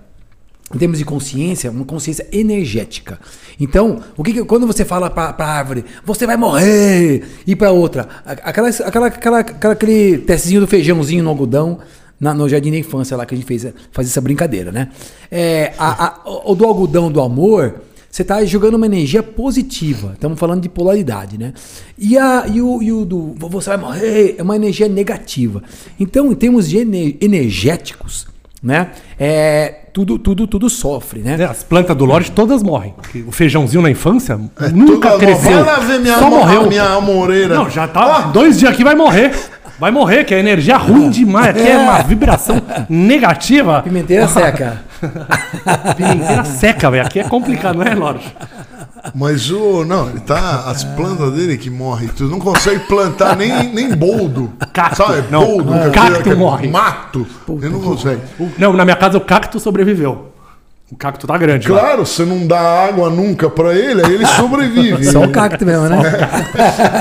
Speaker 3: em termos de consciência, uma consciência energética. Então, o que que- quando você fala pra, pra árvore, você vai morrer, e pra outra, a- aquela, aquela, aquela, aquela- aquele testezinho do feijãozinho no algodão, na- no jardim da infância lá que a gente fez fazer essa brincadeira, né? É, a- a- o o do algodão do amor, você está jogando uma energia positiva. Estamos falando de polaridade, né? E, a, e, o, e o do você vai morrer é uma energia negativa. Então, em termos de ene- energéticos, né? É, tudo, tudo, tudo sofre,
Speaker 1: É,
Speaker 3: né?
Speaker 1: As plantas do Lorde todas morrem. O feijãozinho na infância
Speaker 2: É,
Speaker 1: nunca
Speaker 2: toda-
Speaker 1: cresceu.
Speaker 2: Vai lá ver minha,
Speaker 1: só
Speaker 2: mo-
Speaker 1: morreu.
Speaker 2: minha amoreira.
Speaker 1: Não, já tá.
Speaker 2: Ó,
Speaker 1: Dois dias aqui vai morrer. Vai morrer, que a energia é ruim demais. Aqui é uma vibração negativa.
Speaker 3: Pimenteira seca.
Speaker 1: Pimenteira seca, velho. Aqui é complicado, não é, Lorde?
Speaker 2: mas o. Não, ele tá. As
Speaker 3: Ah.
Speaker 2: plantas dele que morrem. Tu não consegue plantar nem, nem boldo.
Speaker 1: Cacto,
Speaker 2: Sabe?
Speaker 1: não.
Speaker 2: Boldo.
Speaker 1: É.
Speaker 2: que-
Speaker 1: Cacto
Speaker 2: que-
Speaker 1: morre.
Speaker 2: Mato. ele não consegue.
Speaker 1: O- Não, na minha casa o cacto sobreviveu. O cacto tá grande. lá.
Speaker 2: Claro, você não dá água nunca pra ele, aí ele sobrevive.
Speaker 3: Só o cacto mesmo, né?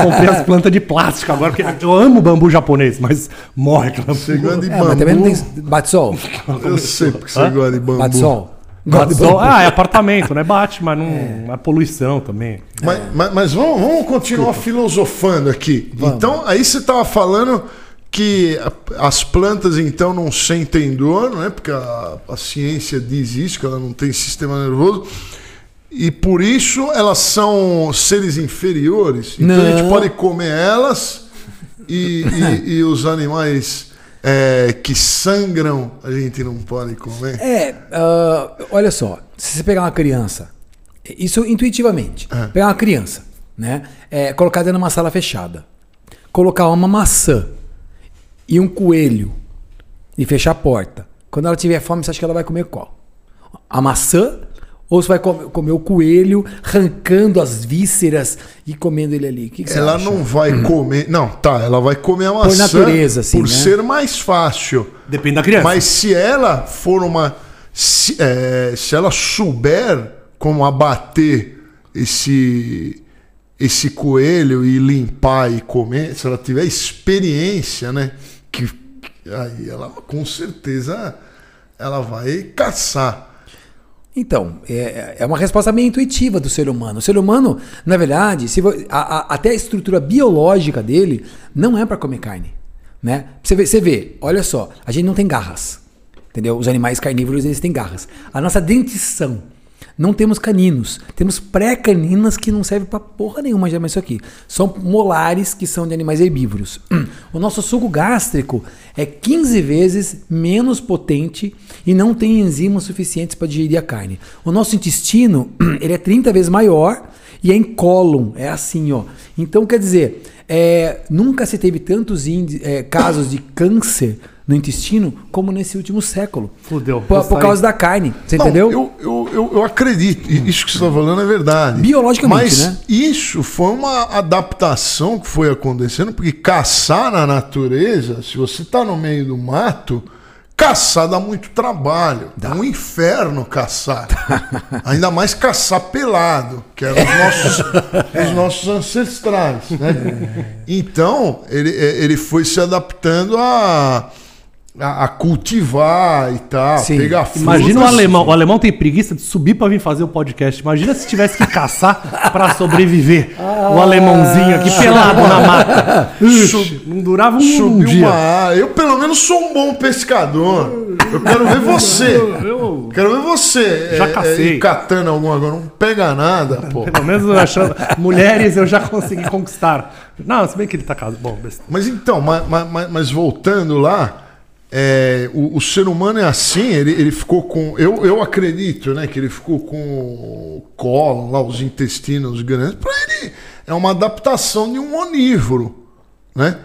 Speaker 1: Comprei as plantas de plástico agora, porque eu amo bambu japonês, mas morre aquela
Speaker 2: Você gosta de
Speaker 3: É,
Speaker 2: bambu.
Speaker 3: mas também não tem. Bate sol.
Speaker 2: Eu sei porque você gosta de bambu.
Speaker 3: Bate sol.
Speaker 1: Bate sol- Ah, é apartamento, né? Bate, mas não. É poluição também.
Speaker 2: Mas, mas- mas vamos, vamos continuar filosofando aqui. Então, aí você estava falando que a- as plantas então não sentem dor, não é? Porque a, a ciência diz isso, que ela não tem sistema nervoso. E por isso elas são seres inferiores. Então a gente
Speaker 3: Não.
Speaker 2: pode comer elas e, e- e os animais é, que sangram a gente não pode comer.
Speaker 3: É, ah, olha só, se você pegar uma criança, isso intuitivamente,
Speaker 2: Ah.
Speaker 3: pegar uma criança, né, é, colocar dentro de uma sala fechada, colocar uma maçã e um coelho e fechar a porta. Quando ela tiver fome, você acha que ela vai comer qual? A maçã? Ou você vai comer, comer o coelho, arrancando as vísceras e comendo ele ali? O que, que você
Speaker 2: Ela
Speaker 3: acha? Hum.
Speaker 2: não vai comer. Não, tá, ela vai comer a maçã
Speaker 3: natureza, assim,
Speaker 2: por
Speaker 3: né?
Speaker 2: ser mais fácil.
Speaker 1: Depende da criança.
Speaker 2: Mas se ela for uma. Se, é, se ela souber como abater esse, esse coelho e limpar e comer, se ela tiver experiência, né? Que, que- aí ela com certeza ela vai caçar.
Speaker 3: Então, é, é uma resposta meio intuitiva do ser humano. O ser humano, na verdade, se vo- a- a- até a estrutura biológica dele não é para comer carne. Né? Você, vê, você vê, olha só, a gente não tem garras. Entendeu? Os animais carnívoros eles têm garras. A nossa dentição. Não temos caninos. Temos pré-caninas que não servem pra porra nenhuma, já isso aqui. São molares que são de animais herbívoros. O nosso suco gástrico é 15 vezes menos potente e não tem enzimas suficientes para digerir a carne. O nosso intestino, ele é 30 vezes maior e é incólume, é assim, ó. Então, quer dizer, é, nunca se teve tantos indi- é, casos de câncer no intestino como nesse último século.
Speaker 1: Fudeu,
Speaker 3: Por,
Speaker 1: vou
Speaker 3: por
Speaker 1: sair.
Speaker 3: causa da carne, você
Speaker 2: Não,
Speaker 3: entendeu?
Speaker 2: Eu, eu, eu, eu acredito. I- Isso que você está falando é verdade.
Speaker 3: Biologicamente,
Speaker 2: Mas
Speaker 3: né?
Speaker 2: isso foi uma adaptação que foi acontecendo, porque caçar na natureza, se você está no meio do mato, caçar dá muito trabalho. É um inferno caçar. Ainda mais caçar pelado, que eram os nossos, os nossos ancestrais. Né?
Speaker 3: É.
Speaker 2: Então, ele, ele foi se adaptando a. A a cultivar e tal,
Speaker 3: Sim.
Speaker 2: pegar frutas.
Speaker 1: Imagina o alemão. O alemão tem preguiça de subir pra vir fazer o podcast. Imagina se tivesse que caçar pra sobreviver. o alemãozinho aqui pelado na mata. Ah. Ixi, Não durava um,
Speaker 2: Subiu
Speaker 1: dia.
Speaker 2: uma área. Eu, pelo menos, sou um bom pescador. Eu quero ver você.
Speaker 1: Eu-
Speaker 2: Quero ver você.
Speaker 1: Já
Speaker 2: é,
Speaker 1: cacei.
Speaker 2: é, catando alguma coisa. Não pega nada, pô.
Speaker 1: Pelo menos eu achando. Mulheres eu já consegui conquistar. Não, se bem que ele tá casado. Bom, besteira.
Speaker 2: Mas então, mas, mas, voltando lá, é, o, o ser humano é assim, ele, ele ficou com. Eu, eu acredito, né? Que ele ficou com o cólon, lá, os intestinos grandes. Pra ele é uma adaptação de um onívoro, né?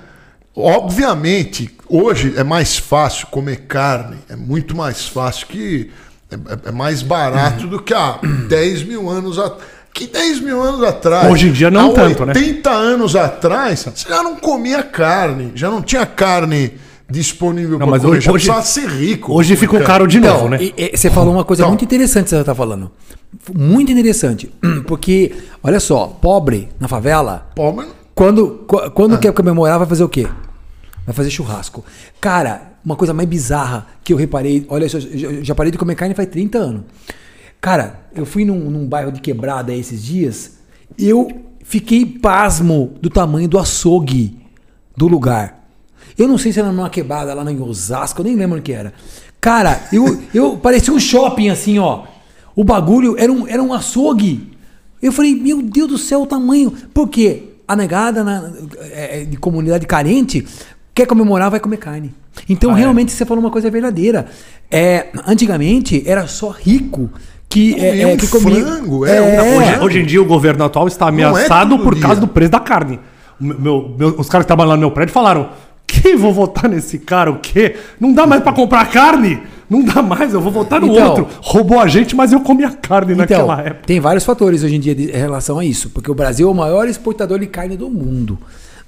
Speaker 2: Obviamente, hoje é mais fácil comer carne, é muito mais fácil que. É, é- é mais barato do que há 10 mil anos atrás. que 10 mil anos atrás.
Speaker 1: Hoje em dia não
Speaker 2: há
Speaker 1: tanto,
Speaker 2: 80
Speaker 1: né?
Speaker 2: 80 anos atrás, você já não comia carne, já não tinha carne disponível
Speaker 1: Não,
Speaker 2: pra
Speaker 1: mas
Speaker 2: comer,
Speaker 1: hoje-
Speaker 2: já
Speaker 1: hoje-
Speaker 2: precisava ser rico.
Speaker 1: Hoje ficou caro de novo, né?
Speaker 3: E- Então, e- você falou uma coisa
Speaker 2: Então.
Speaker 3: muito interessante que você está falando. Muito interessante. Porque, olha só, pobre na favela,
Speaker 2: Pô, mas
Speaker 3: quando, qu- quando quer comemorar, vai fazer o quê? Vai fazer churrasco. Cara, uma coisa mais bizarra que eu reparei. Olha, só, eu já- eu já parei de comer carne faz 30 anos. Cara, eu fui num, num bairro de quebrada esses dias. Eu fiquei pasmo do tamanho do açougue do lugar. Eu não sei se era numa quebrada lá em Osasco, eu nem lembro o que era. Cara, eu, eu parecia um shopping assim, ó. O bagulho era um, era um açougue. Eu falei, meu Deus do céu, o tamanho. Por quê? A negada na, é, é, de comunidade carente quer comemorar, vai comer carne. Então,
Speaker 1: Ah, é.
Speaker 3: realmente, você falou uma coisa verdadeira. É, antigamente, era só rico que, é,
Speaker 2: Comia
Speaker 3: é,
Speaker 2: um
Speaker 3: que comia.
Speaker 2: frango, é, um-
Speaker 1: Hoje,
Speaker 2: É.
Speaker 1: hoje em dia o governo atual está
Speaker 2: é
Speaker 1: ameaçado
Speaker 2: todo
Speaker 1: por
Speaker 2: dia.
Speaker 1: causa do preço da carne. O meu- meu- meu- os caras que trabalham lá no meu prédio falaram: que vou votar nesse cara? O quê? Não dá mais pra comprar carne? Não dá mais, eu vou votar no
Speaker 3: Então-
Speaker 1: outro. Roubou a gente, mas eu comi a carne
Speaker 3: Então,
Speaker 1: naquela época.
Speaker 3: tem vários fatores hoje em dia de- em relação a isso, porque o Brasil é o maior exportador de carne do mundo,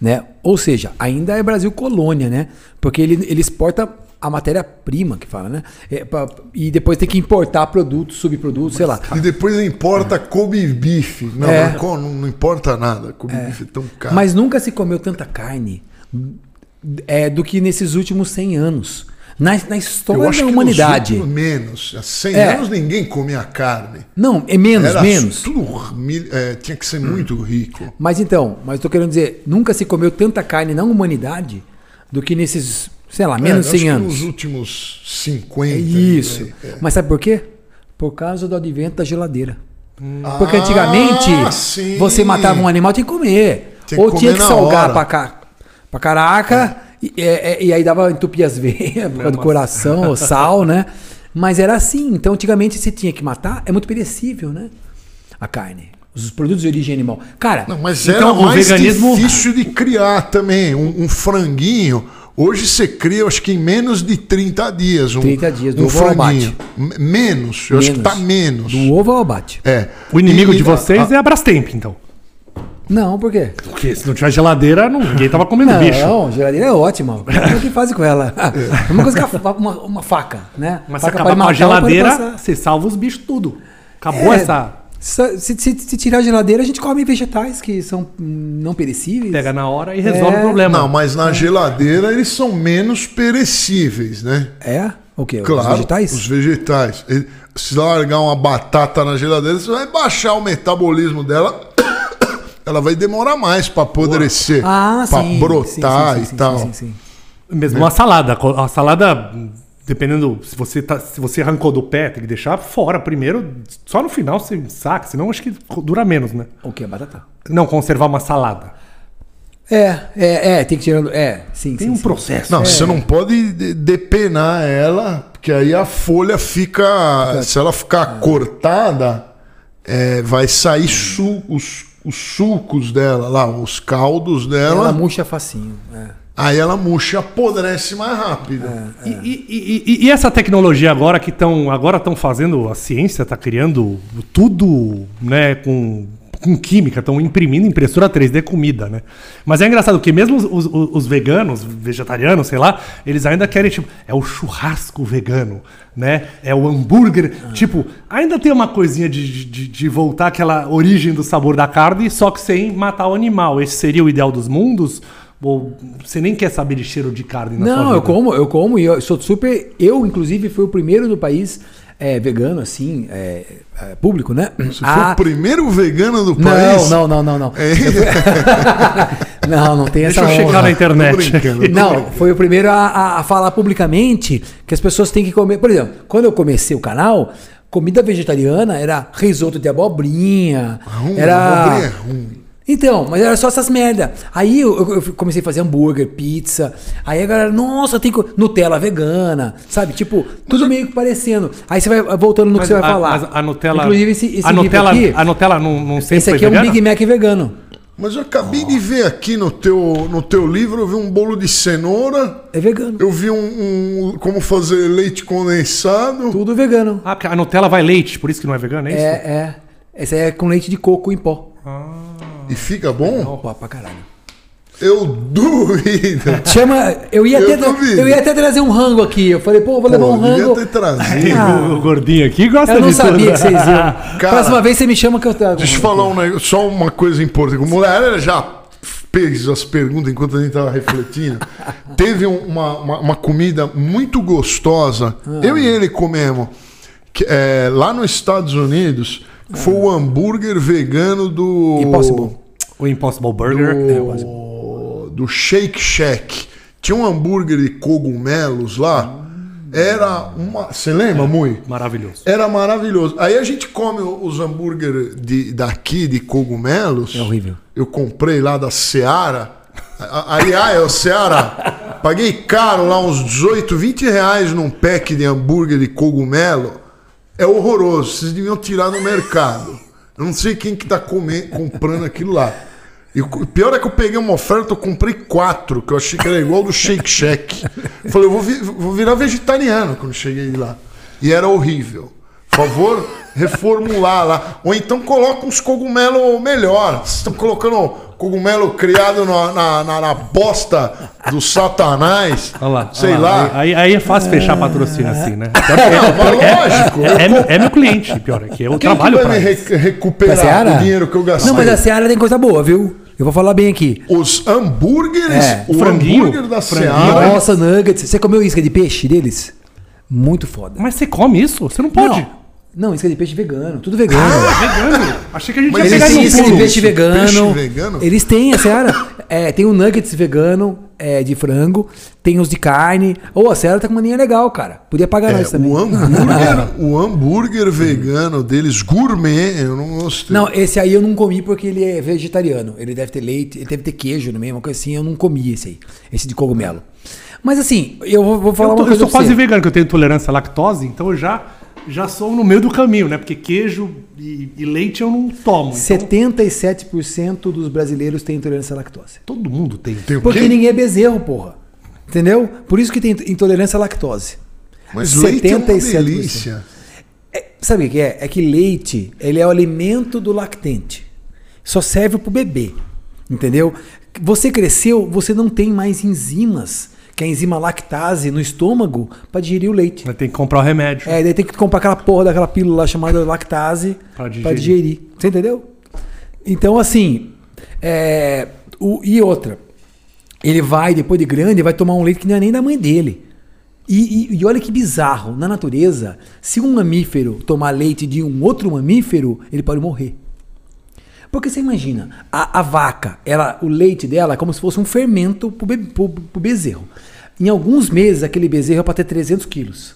Speaker 3: né? Ou seja, ainda é Brasil colônia, né? Porque ele, ele exporta a matéria-prima, que fala, né? É, pra- e depois tem que importar produtos, subprodutos, sei lá.
Speaker 2: E depois importa Kobe bife. Não,
Speaker 3: É.
Speaker 2: não, co- não- não importa nada. Kobe bife é tão caro.
Speaker 3: Mas nunca se comeu tanta carne é, do que nesses últimos 100 anos. Na, na história da
Speaker 2: que
Speaker 3: humanidade.
Speaker 2: nos últimos menos. Há 100
Speaker 3: É.
Speaker 2: anos ninguém comia carne.
Speaker 3: Não, é menos,
Speaker 2: Era
Speaker 3: menos. Hum.
Speaker 2: tudo mil- é, tinha que ser muito rico.
Speaker 3: Mas então, mas tô querendo dizer, nunca se comeu tanta carne na humanidade do que nesses, sei lá, menos
Speaker 2: É, acho
Speaker 3: 100
Speaker 2: que
Speaker 3: anos.
Speaker 2: Nos últimos 50.
Speaker 3: É isso.
Speaker 2: né? É.
Speaker 3: Mas sabe por quê? Por causa do advento da geladeira. Porque
Speaker 2: Ah,
Speaker 3: antigamente
Speaker 2: sim.
Speaker 3: você matava um animal tinha que comer.
Speaker 2: Tinha que
Speaker 3: Ou
Speaker 2: comer
Speaker 3: tinha que
Speaker 2: na
Speaker 3: salgar
Speaker 2: hora.
Speaker 3: pra, ca... pra caraca, e, é- é- e aí dava entupir as veias por causa do coração, o sal, né? Mas era assim. Então antigamente você tinha que matar, é muito perecível, né? A carne. Os produtos de origem animal. Cara,
Speaker 2: Não, mas
Speaker 1: Então,
Speaker 2: era
Speaker 1: o
Speaker 2: mais
Speaker 1: veganismo-
Speaker 2: difícil de criar também. Um, um franguinho. Hoje você cria, eu acho que em menos de 30 dias. Um,
Speaker 3: 30 dias, do
Speaker 2: um
Speaker 3: ovo ao
Speaker 2: franguinho. M- Menos, eu acho que
Speaker 3: Menos.
Speaker 2: tá menos.
Speaker 3: do ovo ao abate.
Speaker 2: É.
Speaker 1: O inimigo
Speaker 2: E-
Speaker 1: de vocês
Speaker 2: a-
Speaker 1: é a Brastemp, então.
Speaker 3: Não, por quê?
Speaker 1: Porque se não tiver geladeira, não- ninguém tava comendo
Speaker 3: Não,
Speaker 1: bicho.
Speaker 3: geladeira é ótima. O que faz com ela? É uma coisa que a fa- uma, uma faca, né?
Speaker 1: Mas se
Speaker 3: faca
Speaker 1: acabar com a
Speaker 3: matar ou pode
Speaker 1: geladeira,
Speaker 3: passar.
Speaker 1: você salva os bichos tudo. Acabou
Speaker 3: É,
Speaker 1: essa.
Speaker 3: Se, se- se- se tirar a geladeira, a gente come vegetais que são hum, não perecíveis.
Speaker 1: Pega na hora e resolve
Speaker 3: É.
Speaker 1: o problema.
Speaker 2: Não, mas na geladeira eles são menos perecíveis, né?
Speaker 3: É? O quê?
Speaker 2: Claro.
Speaker 3: Os vegetais?
Speaker 2: Os vegetais. Ele- Se largar uma batata na geladeira, você vai baixar o metabolismo dela. Ela vai demorar mais pra apodrecer,
Speaker 3: Ah,
Speaker 2: pra
Speaker 3: sim.
Speaker 2: brotar
Speaker 3: sim, sim, sim,
Speaker 2: e tal.
Speaker 3: Sim, sim, sim.
Speaker 1: Mesmo a salada. A salada, dependendo, se você, tá, se você arrancou do pé, tem que deixar fora primeiro. Só no final você saca, senão acho que dura menos, né?
Speaker 3: O que? Batata?
Speaker 1: Não, conservar uma salada.
Speaker 3: É, é, é, tem que tirar. É, sim,
Speaker 1: Tem
Speaker 3: sim,
Speaker 1: um
Speaker 3: sim.
Speaker 1: processo.
Speaker 2: Não, você não pode de- depenar ela, porque aí a folha fica. Se ela ficar
Speaker 3: É.
Speaker 2: cortada, é, vai sair
Speaker 3: Hum.
Speaker 2: su- os, os sucos dela lá, os caldos dela.
Speaker 3: Ela murcha facinho. é.
Speaker 2: Aí ela murcha, apodrece mais rápido.
Speaker 1: E, e- e- e- e essa tecnologia agora que estão agora estão fazendo a ciência está criando tudo né com, com química estão imprimindo impressora 3D comida né mas é engraçado que mesmo os, os- os- os veganos vegetarianos sei lá eles ainda querem tipo é o churrasco vegano né é o hambúrguer
Speaker 3: Ah.
Speaker 1: tipo ainda tem uma coisinha de, de, de voltar àquela origem do sabor da carne só que sem matar o animal esse seria o ideal dos mundos ou você nem quer saber de cheiro de carne na sua
Speaker 3: Não,
Speaker 1: vida?
Speaker 3: eu como, eu como e eu sou super. Eu, inclusive, fui o primeiro do país é, vegano, assim, é, é, público, né?
Speaker 2: Você foi o primeiro vegano do
Speaker 3: Não,
Speaker 2: país.
Speaker 3: não, não, não, não.
Speaker 2: É.
Speaker 3: Eu fui- não, não tem
Speaker 1: Deixa
Speaker 3: essa
Speaker 1: eu
Speaker 3: honra.
Speaker 1: checar na
Speaker 2: Tô
Speaker 1: internet.
Speaker 2: brincando.
Speaker 3: Não, foi o primeiro a, a- a falar publicamente que as pessoas têm que comer. Por exemplo, quando eu comecei o canal, comida vegetariana era risoto de abobrinha.
Speaker 2: Ruim, abobrinha é
Speaker 3: era.
Speaker 2: ruim.
Speaker 3: Então, mas era só essas merda. Aí eu, eu- eu comecei a fazer hambúrguer, pizza. Aí a galera, nossa, tem co- Nutella vegana, sabe? Tipo, tudo meio que parecendo. Aí você vai voltando no
Speaker 1: Mas
Speaker 3: que você vai
Speaker 1: a-
Speaker 3: falar.
Speaker 1: mas a Nutella.
Speaker 3: Inclusive, esse, esse
Speaker 1: a
Speaker 3: livro
Speaker 1: Nutella,
Speaker 3: aqui,
Speaker 1: a Nutella não, não sempre
Speaker 3: esse
Speaker 1: foi
Speaker 3: aqui é um
Speaker 1: vegana?
Speaker 3: Big Mac vegano.
Speaker 2: Mas eu acabei de ver aqui no teu, no teu livro, eu vi um bolo de cenoura,
Speaker 3: É vegano.
Speaker 2: eu vi um, um- como fazer leite condensado.
Speaker 3: Tudo vegano.
Speaker 1: Ah, porque a Nutella vai leite, por isso que não é vegana, é isso?
Speaker 3: É, é. Essa é com leite de coco em pó.
Speaker 2: E fica bom?
Speaker 3: Pó pra caralho.
Speaker 2: Eu duvido.
Speaker 3: Chama. Eu ia,
Speaker 2: Eu
Speaker 3: até,
Speaker 2: duvido.
Speaker 3: eu ia até trazer um rango aqui. Eu falei, pô, eu vou levar
Speaker 2: Pô,
Speaker 3: um rango.
Speaker 2: devia ter trazido.
Speaker 3: Ah.
Speaker 1: O gordinho aqui gosta
Speaker 3: Eu não
Speaker 1: de tudo.
Speaker 3: sabia que vocês iam.
Speaker 2: Cara,
Speaker 3: Próxima vez você me chama que eu trago.
Speaker 2: Deixa eu falar um negócio, só uma coisa importante. Como a mulher já fez as perguntas enquanto a gente estava refletindo. Teve um- uma, uma, uma comida muito gostosa. Eu e ele comemos. que, é, lá nos Estados Unidos, foi o hambúrguer vegano do.
Speaker 3: Impossible.
Speaker 1: O Impossible Burger. né,
Speaker 2: do, do Shake Shack. Tinha um hambúrguer de cogumelos lá. Era uma. Você lembra, Mui?
Speaker 1: Maravilhoso.
Speaker 2: Era maravilhoso. Aí a gente come o- os hambúrguer de, daqui, de cogumelos.
Speaker 3: É horrível.
Speaker 2: Eu comprei lá da Seara. A- a- Aliás, é o Seara. Paguei caro lá uns 18, 20 reais num pack de hambúrguer de cogumelo. É horroroso. Vocês deviam tirar no mercado. Eu não sei quem que tá come- comprando aquilo lá. E o pior é que eu peguei uma oferta, eu comprei quatro, que eu achei que era igual do Shake Shack. Falei, eu vou, vi- vou virar vegetariano quando cheguei lá. E era horrível. Por favor, reformular lá. Ou então coloca uns cogumelos melhor. Vocês estão colocando cogumelo criado na, na, na- na bosta do satanás.
Speaker 1: Olha lá.
Speaker 2: sei
Speaker 1: olha
Speaker 2: lá.
Speaker 1: Aí, aí é fácil fechar patrocínio assim, né?
Speaker 2: Não, mas lógico.
Speaker 1: É, é meu- é meu cliente, pior é que eu
Speaker 2: Quem que
Speaker 1: trabalho
Speaker 2: vai
Speaker 1: pra
Speaker 2: me
Speaker 1: ele.
Speaker 2: re-
Speaker 3: Pra Seara?
Speaker 2: recuperar o dinheiro que eu gastei?
Speaker 3: é Não, mas é- a Seara tem coisa boa, viu? Eu vou falar bem aqui.
Speaker 2: Os hambúrgueres,
Speaker 3: É,
Speaker 2: o
Speaker 1: franguinho,
Speaker 2: hambúrguer da
Speaker 1: franguinho.
Speaker 2: Seara.
Speaker 3: Nossa, nuggets. Você comeu isca de peixe deles? Muito foda.
Speaker 1: Mas você come isso? Você não pode.
Speaker 3: Não, não, isca de peixe vegano. Tudo vegano.
Speaker 2: Ah,
Speaker 1: Vegano. Achei que a gente
Speaker 2: Mas
Speaker 1: ia
Speaker 3: Eles
Speaker 1: pegar um
Speaker 3: têm
Speaker 1: no
Speaker 3: esse
Speaker 2: isso,
Speaker 1: pulo.
Speaker 3: peixe vegano.
Speaker 2: peixe vegano?
Speaker 3: Eles têm, a Seara. é, tem o nuggets vegano é, de frango, tem os de carne. Ou a Seara tá com uma linha legal, cara. Podia pagar
Speaker 2: É,
Speaker 3: nós também.
Speaker 2: o, hambúrguer, o hambúrguer vegano deles, gourmet, eu não gostei.
Speaker 3: Não, esse aí eu não comi porque ele é vegetariano. Ele deve ter leite, ele deve ter queijo no meio, uma coisa assim. Eu não comi esse aí, esse de cogumelo. Mas assim, eu vou, vou falar
Speaker 1: Eu,
Speaker 3: uma
Speaker 1: tô, eu
Speaker 3: coisa
Speaker 1: sou
Speaker 3: pra
Speaker 1: quase
Speaker 3: você.
Speaker 1: vegano, que eu tenho intolerância à lactose, então eu já, já sou no meio do caminho, né? Porque queijo e, e leite eu não tomo. Então,
Speaker 3: 77% dos brasileiros têm intolerância à lactose.
Speaker 1: todo mundo tem. um
Speaker 2: Tem o
Speaker 3: Porque
Speaker 2: quê?
Speaker 3: ninguém é bezerro, porra. Entendeu? Por isso que tem intolerância à lactose.
Speaker 2: Mas leite é uma
Speaker 3: 77%.
Speaker 2: delícia.
Speaker 3: É, sabe o que é? É que leite, ele é o alimento do lactente. Só serve pro bebê. Entendeu? Você cresceu, você não tem mais enzimas, que é a enzima lactase no estômago, pra digerir o leite.
Speaker 1: Mas né? tem que comprar o remédio.
Speaker 3: É, daí tem que comprar aquela porra daquela pílula chamada lactase
Speaker 1: Pra
Speaker 3: pra digerir.
Speaker 1: digerir.
Speaker 3: Você entendeu? Então, assim, é, o- e outra. Ele vai, depois de grande, vai tomar um leite que não é nem da mãe dele. E, e- e olha que bizarro. Na natureza, se um mamífero tomar leite de um outro mamífero, ele pode morrer. Porque você imagina, a, a vaca, ela, o leite dela é como se fosse um fermento pro, be, pro- pro bezerro. Em alguns meses, aquele bezerro é para ter 300 quilos.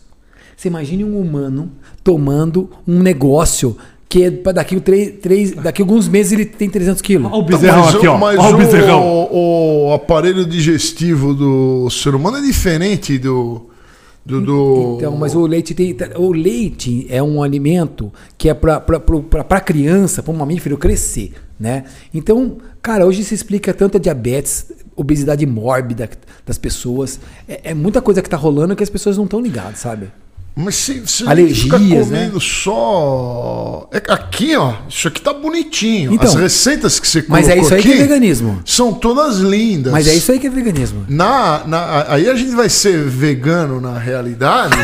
Speaker 3: Você imagine um humano tomando um negócio que é pra daqui, o três- três- daqui a alguns meses ele tem 300 quilos.
Speaker 1: Olha o bezerrão
Speaker 2: mas o-
Speaker 1: aqui, ó.
Speaker 2: mas
Speaker 1: Olha o
Speaker 2: o,
Speaker 1: bezerrão.
Speaker 2: o, aparelho digestivo do ser humano é diferente do. do, do-
Speaker 3: Então, mas o leite tem. O leite é um alimento que é para a criança, para o mamífero crescer, né? Então, cara, hoje se explica tanta diabetes, obesidade mórbida das pessoas. É, é muita coisa que tá rolando que as pessoas não estão ligadas, sabe?
Speaker 2: Mas se, se
Speaker 3: Alergias,
Speaker 2: a
Speaker 3: né?
Speaker 2: gente ficar comendo só. é- Aqui, ó, isso aqui tá bonitinho.
Speaker 3: Então.
Speaker 2: As receitas que você colocou
Speaker 3: Mas é isso aí que é
Speaker 2: aqui
Speaker 3: veganismo.
Speaker 2: são todas lindas.
Speaker 3: Mas é isso aí que é veganismo.
Speaker 2: Na, na- aí a gente vai ser vegano na realidade,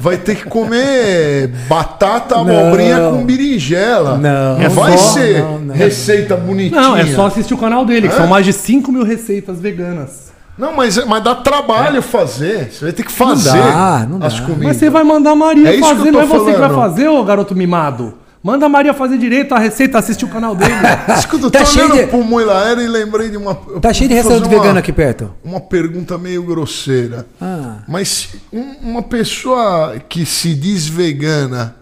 Speaker 2: vai ter que comer batata, abobrinha
Speaker 3: Não.
Speaker 2: com berinjela.
Speaker 3: Não.
Speaker 2: Não vai
Speaker 1: É só-
Speaker 2: ser
Speaker 3: não, não.
Speaker 2: receita bonitinha.
Speaker 1: Não, é só assistir o canal dele, que
Speaker 2: Hã?
Speaker 1: são mais de 5 mil receitas veganas.
Speaker 2: Não, mas, mas dá trabalho fazer. Você vai ter que fazer
Speaker 3: dá, É. não
Speaker 2: as
Speaker 3: dá.
Speaker 2: comidas.
Speaker 1: Mas você vai mandar a Maria
Speaker 2: É isso que
Speaker 1: fazer,
Speaker 2: eu tô
Speaker 1: não é você que vai
Speaker 2: falando.
Speaker 1: fazer, ô garoto mimado. Manda a Maria fazer direito a receita, assistir o canal dele.
Speaker 2: Escuta,
Speaker 3: Tá
Speaker 2: eu tô
Speaker 3: cheio
Speaker 2: olhando
Speaker 3: de-
Speaker 2: pro Moilaera e lembrei de uma. eu
Speaker 3: Tá cheio de
Speaker 2: vou fazer
Speaker 3: restaurante
Speaker 2: uma-
Speaker 3: vegano aqui perto.
Speaker 2: Uma pergunta meio grosseira.
Speaker 3: Ah.
Speaker 2: Mas um- uma pessoa que se diz vegana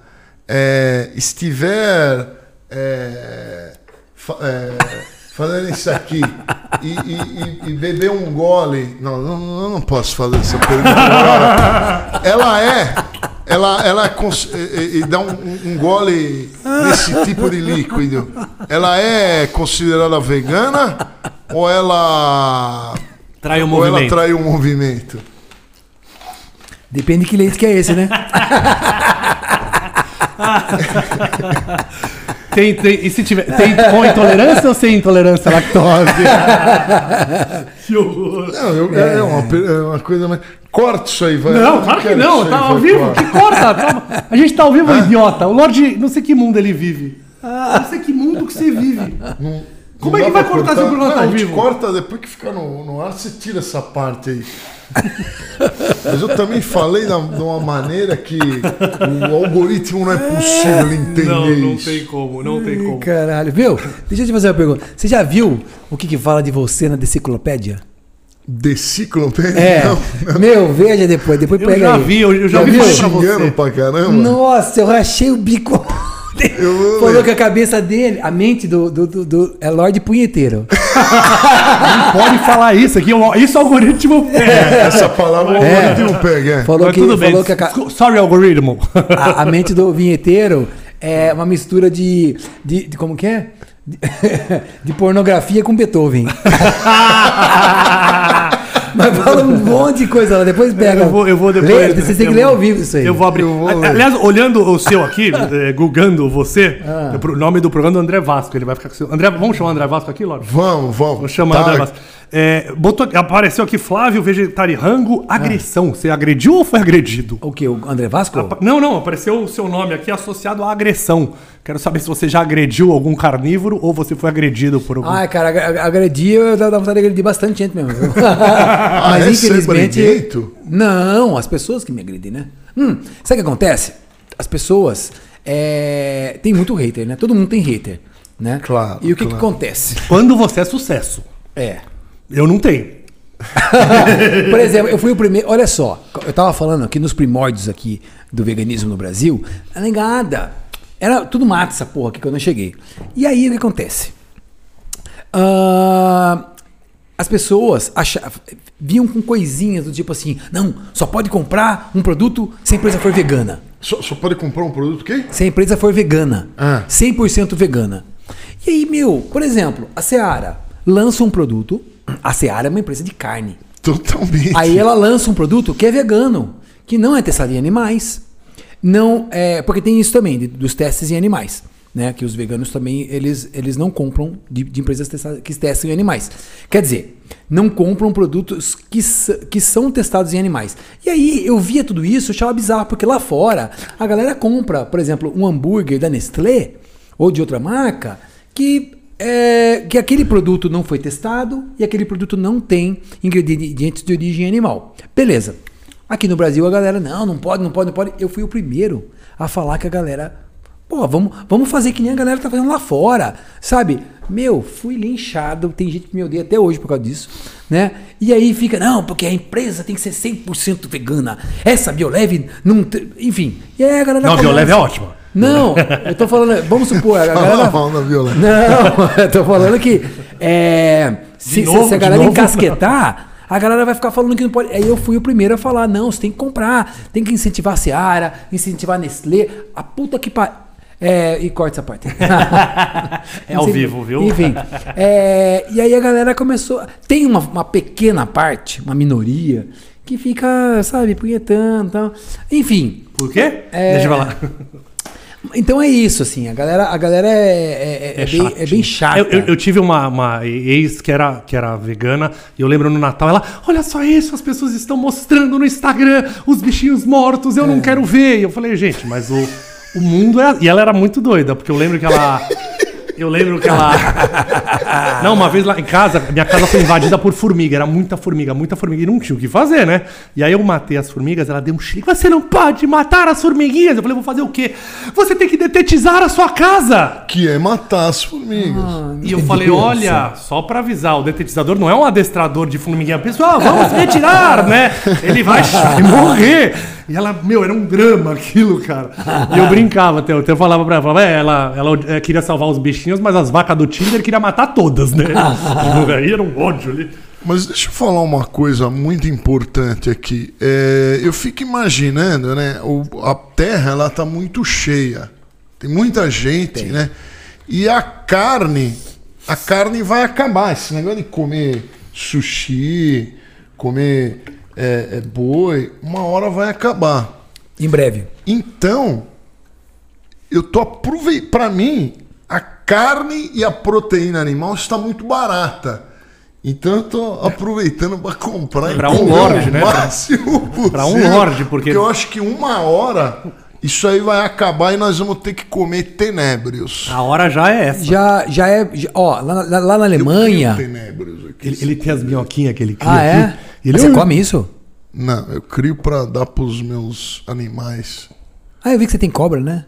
Speaker 2: é, estiver é, fa- é, fazendo isso aqui e, e- e- e beber um gole. Não, não, não, eu não posso fazer essa pergunta agora. Ela é. Ela, ela é cons- e, e- e dá um, um gole nesse tipo de líquido. Ela é considerada vegana ou ela.
Speaker 1: Trai o
Speaker 2: Ou ela
Speaker 1: movimento.
Speaker 2: traiu o movimento?
Speaker 3: Depende de que leite que é esse, né?
Speaker 1: Tem, tem, e se tiver. Tem com intolerância ou sem intolerância à lactose? que horror.
Speaker 2: Não, eu- é. uma, per- é uma coisa mais. Corta isso aí, vai.
Speaker 1: Não, claro que
Speaker 2: quero isso
Speaker 1: não.
Speaker 2: aí,
Speaker 1: Tá ao
Speaker 2: vai,
Speaker 1: vivo.
Speaker 2: corta.
Speaker 1: Que corta. tá- a gente tá ao vivo, idiota. O Lorde, não sei que mundo ele vive. Não sei que mundo que você vive. Como
Speaker 2: Não
Speaker 1: é que
Speaker 2: dá
Speaker 1: vai
Speaker 2: pra
Speaker 1: cortar se o programa tá
Speaker 2: Não,
Speaker 1: ao
Speaker 2: te
Speaker 1: vivo?
Speaker 2: Corta depois que ficar no, no ar, você tira essa parte aí. Mas eu também falei da- de uma maneira que o algoritmo não é possível ele entender isso.
Speaker 1: como, não tem
Speaker 3: Ih, Caralho, viu? Deixa eu te fazer uma pergunta. Você já viu o que, que fala de você na deciclopédia?
Speaker 2: Deciclopédia?
Speaker 3: É.
Speaker 2: Não.
Speaker 3: Meu, veja depois, depois
Speaker 1: Eu
Speaker 3: pega
Speaker 1: já
Speaker 3: aí.
Speaker 1: vi, eu, eu já
Speaker 3: Já
Speaker 1: vi
Speaker 3: viu?
Speaker 1: falar pra
Speaker 2: Xingando
Speaker 1: você.
Speaker 2: pra caramba.
Speaker 3: Nossa, eu rachei o bico.
Speaker 2: Eu-
Speaker 3: Falou que a cabeça dele, a mente do, do, do, do- é Lorde Punheteiro.
Speaker 1: Não pode falar isso aqui. o- Isso é algoritmo.
Speaker 2: É, essa palavra o
Speaker 3: É.
Speaker 2: algoritmo pega. é.
Speaker 3: Falou
Speaker 1: Mas
Speaker 3: que,
Speaker 1: tudo bem.
Speaker 3: falou que a, ca-
Speaker 1: Descul- Sorry, algoritmo.
Speaker 3: a, a mente do vinheteiro é uma mistura de. de, de- como que é? De, de pornografia com Beethoven. Mas fala um monte de coisa lá, depois pega.
Speaker 1: Eu vou, eu vou depois. né?
Speaker 3: Lê, você tem
Speaker 1: eu
Speaker 3: que ler
Speaker 1: vou-
Speaker 3: ao vivo isso aí.
Speaker 1: Eu vou abrir.
Speaker 2: Eu vou ler.
Speaker 1: Aliás, olhando o seu aqui, eh, googando você,
Speaker 3: Ah.
Speaker 1: é pro- o nome do programa é do André Vasco. Ele vai ficar com o seu. André, vamos chamar o André Vasco aqui, Lorde?
Speaker 2: Vamos, vamos. Tá
Speaker 1: Vamos chamar o André Vasco. É, botou, apareceu aqui Flávio Vegetarirango, agressão. Você agrediu ou foi agredido?
Speaker 3: O que? O André Vasco?
Speaker 1: Apa- Não, não, apareceu o seu nome aqui associado à agressão. Quero saber se você já agrediu algum carnívoro ou você foi agredido por algum.
Speaker 3: Ai, cara, ag- agredi, eu dá dá vontade de agredir bastante gente mesmo. viu? Mas
Speaker 2: é? Você é
Speaker 3: infelizmente.
Speaker 2: briguento?
Speaker 3: Não, as pessoas que me agredem, né? Hum, sabe o que acontece? As pessoas. É, tem muito hater, né? Todo mundo tem hater, né?
Speaker 2: Claro,
Speaker 3: E o que, que
Speaker 2: claro.
Speaker 3: acontece?
Speaker 1: Quando você é sucesso.
Speaker 3: É.
Speaker 1: Eu não tenho.
Speaker 3: Por exemplo, eu fui o primeiro. Olha só, eu tava falando aqui nos primórdios aqui do veganismo no Brasil, a negada. Era tudo mato essa porra aqui quando eu cheguei. E aí o que acontece? Ah, as pessoas acha- vinham com coisinhas do tipo assim: não, só pode comprar um produto se a empresa for vegana.
Speaker 2: Só, só pode comprar um produto que?
Speaker 3: Se a empresa for vegana.
Speaker 2: Ah.
Speaker 3: 100% vegana. E aí, meu, por exemplo, a Seara lança um produto. A Seara é uma empresa de carne.
Speaker 2: Totalmente.
Speaker 3: Aí ela lança um produto que é vegano, que não é testado em animais. Não, é, porque tem isso também, de- dos testes em animais. Né, que os veganos também eles, eles não compram de, de empresas testadas, que testam em animais. Quer dizer, não compram produtos que, s- que são testados em animais. E aí eu via tudo isso, eu achava bizarro, porque lá fora a galera compra, por exemplo, um hambúrguer da Nestlé ou de outra marca que é, que aquele produto não foi testado e aquele produto não tem ingredientes de origem animal. Beleza. Aqui no Brasil a galera, não, não pode, não pode, não pode. Eu fui o primeiro a falar que a galera, pô, vamos, vamos fazer que nem a galera tá fazendo lá fora, sabe? Meu, fui linchado, tem gente que me odeia até hoje por causa disso, né? E aí fica, não, porque a empresa tem que ser 100% vegana, essa Bioleve não. te- Enfim, e aí a galera.
Speaker 1: Não, a
Speaker 3: começa-
Speaker 1: Bioleve é ótima.
Speaker 3: Não, eu tô falando, vamos supor, a
Speaker 2: Fala
Speaker 3: galera.
Speaker 2: mal da Bioleve.
Speaker 3: Não, eu tô falando que é, se,
Speaker 1: De novo,
Speaker 3: se a
Speaker 1: de
Speaker 3: galera
Speaker 1: novo?
Speaker 3: encasquetar, a galera vai ficar falando que não pode. Aí eu fui o primeiro a falar: não, você tem que comprar, tem que incentivar a Seara, incentivar a Nestlé, a puta que pariu. e corta essa parte.
Speaker 1: É ao vivo, viu?
Speaker 3: Enfim. é, e aí a galera começou. Tem uma, uma pequena parte, uma minoria, que fica, sabe, punhetando e tal. Enfim.
Speaker 1: Por quê?
Speaker 3: É.
Speaker 1: Deixa eu falar.
Speaker 3: Então é isso, assim, a galera, a galera é, é- é bem, é bem chata.
Speaker 1: Eu, eu- eu tive uma, uma ex que era, que era vegana, e eu lembro no Natal, ela, olha só isso, as pessoas estão mostrando no Instagram os bichinhos mortos, eu
Speaker 3: É.
Speaker 1: não quero ver. E eu falei, gente, mas o, o mundo é. E ela era muito doida, porque eu lembro que ela. Eu lembro que ela. Não, uma vez lá em casa, minha casa foi invadida por formiga. Era muita formiga, muita formiga. E não tinha o que fazer, né? E aí eu matei as formigas, ela deu um chilique. Você não pode matar as formiguinhas. Eu falei, vou fazer o quê? Você tem que detetizar a sua casa.
Speaker 2: Que é matar as formigas.
Speaker 3: Ah.
Speaker 1: E eu falei, olha, só pra avisar, o detetizador não é um adestrador de formiguinha. Pessoal, "Ah, vamos retirar, né? Ele vai morrer. E ela, meu, era um drama aquilo, cara. E eu brincava até, eu até falava pra ela, falava, é, ela, ela eh, queria salvar os bichinhos, mas as vacas do Tinder queria matar todas, né? Aí era um ódio ali.
Speaker 2: Mas deixa eu falar uma coisa muito importante aqui. É, eu fico imaginando, né? o- a terra ela tá muito cheia. Tem muita gente, né? E a carne, a carne vai acabar. Esse negócio de comer sushi, comer é, é, boi, uma hora vai acabar.
Speaker 3: Em breve.
Speaker 2: Então, eu tô aproveitando. Pra mim, a carne e a proteína animal está muito barata. Então eu tô aproveitando para comprar e
Speaker 1: Pra um
Speaker 2: comer
Speaker 1: lorde,
Speaker 2: o
Speaker 1: né?
Speaker 2: máximo
Speaker 1: pra um
Speaker 2: possível,
Speaker 1: lorde, porque-
Speaker 2: eu acho que uma hora isso aí vai acabar e nós vamos ter que comer tenébrios.
Speaker 1: A hora já é essa.
Speaker 3: Já, já é. já- ó, lá, na- lá na
Speaker 2: Eu crio
Speaker 3: Alemanha.
Speaker 2: Tenébrios aqui.
Speaker 1: Ele, ele tem as minhoquinhas que ele cria
Speaker 3: Ah, é?
Speaker 1: aqui. Ele
Speaker 3: Mas você
Speaker 1: um-
Speaker 3: come isso?
Speaker 2: Não, eu crio para dar para os meus animais.
Speaker 3: Ah, eu vi que você tem cobra, né?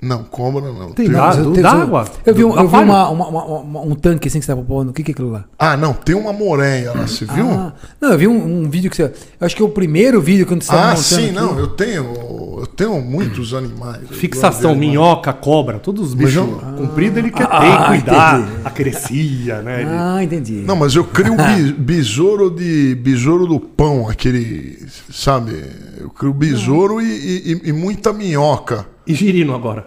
Speaker 2: Não, cobra não.
Speaker 1: Tem
Speaker 2: Tem-
Speaker 1: nada. Ah,
Speaker 3: Você
Speaker 1: do-
Speaker 3: tem-
Speaker 1: da
Speaker 3: você-
Speaker 1: água?
Speaker 3: Eu vi, um,
Speaker 1: Do-
Speaker 3: eu vi
Speaker 1: aquário?
Speaker 3: uma- uma- uma- uma- um tanque assim que você tava pondo. O que, que é aquilo lá?
Speaker 2: Ah, não, tem uma moreia lá, você viu?
Speaker 3: Ah, não, eu vi um, um vídeo que você. Eu acho que é o primeiro vídeo que você
Speaker 1: tá
Speaker 3: tava
Speaker 2: Ah,
Speaker 3: montando
Speaker 2: sim,
Speaker 3: aqui.
Speaker 2: não, eu tenho, eu tenho muitos animais. eu
Speaker 1: Fixação,
Speaker 2: gosto de animais.
Speaker 1: minhoca, cobra, todos os bichos
Speaker 2: Bicho-
Speaker 1: compridos ele quer
Speaker 3: Ah,
Speaker 1: ter,
Speaker 3: ah,
Speaker 1: cuidar,
Speaker 3: entendi.
Speaker 1: acrescia, né? Ele-
Speaker 3: Ah, entendi.
Speaker 2: Não, mas eu crio bi- besouro de besouro do pão, aquele, sabe? Eu crio besouro e, e- e- e muita minhoca.
Speaker 1: E girino agora.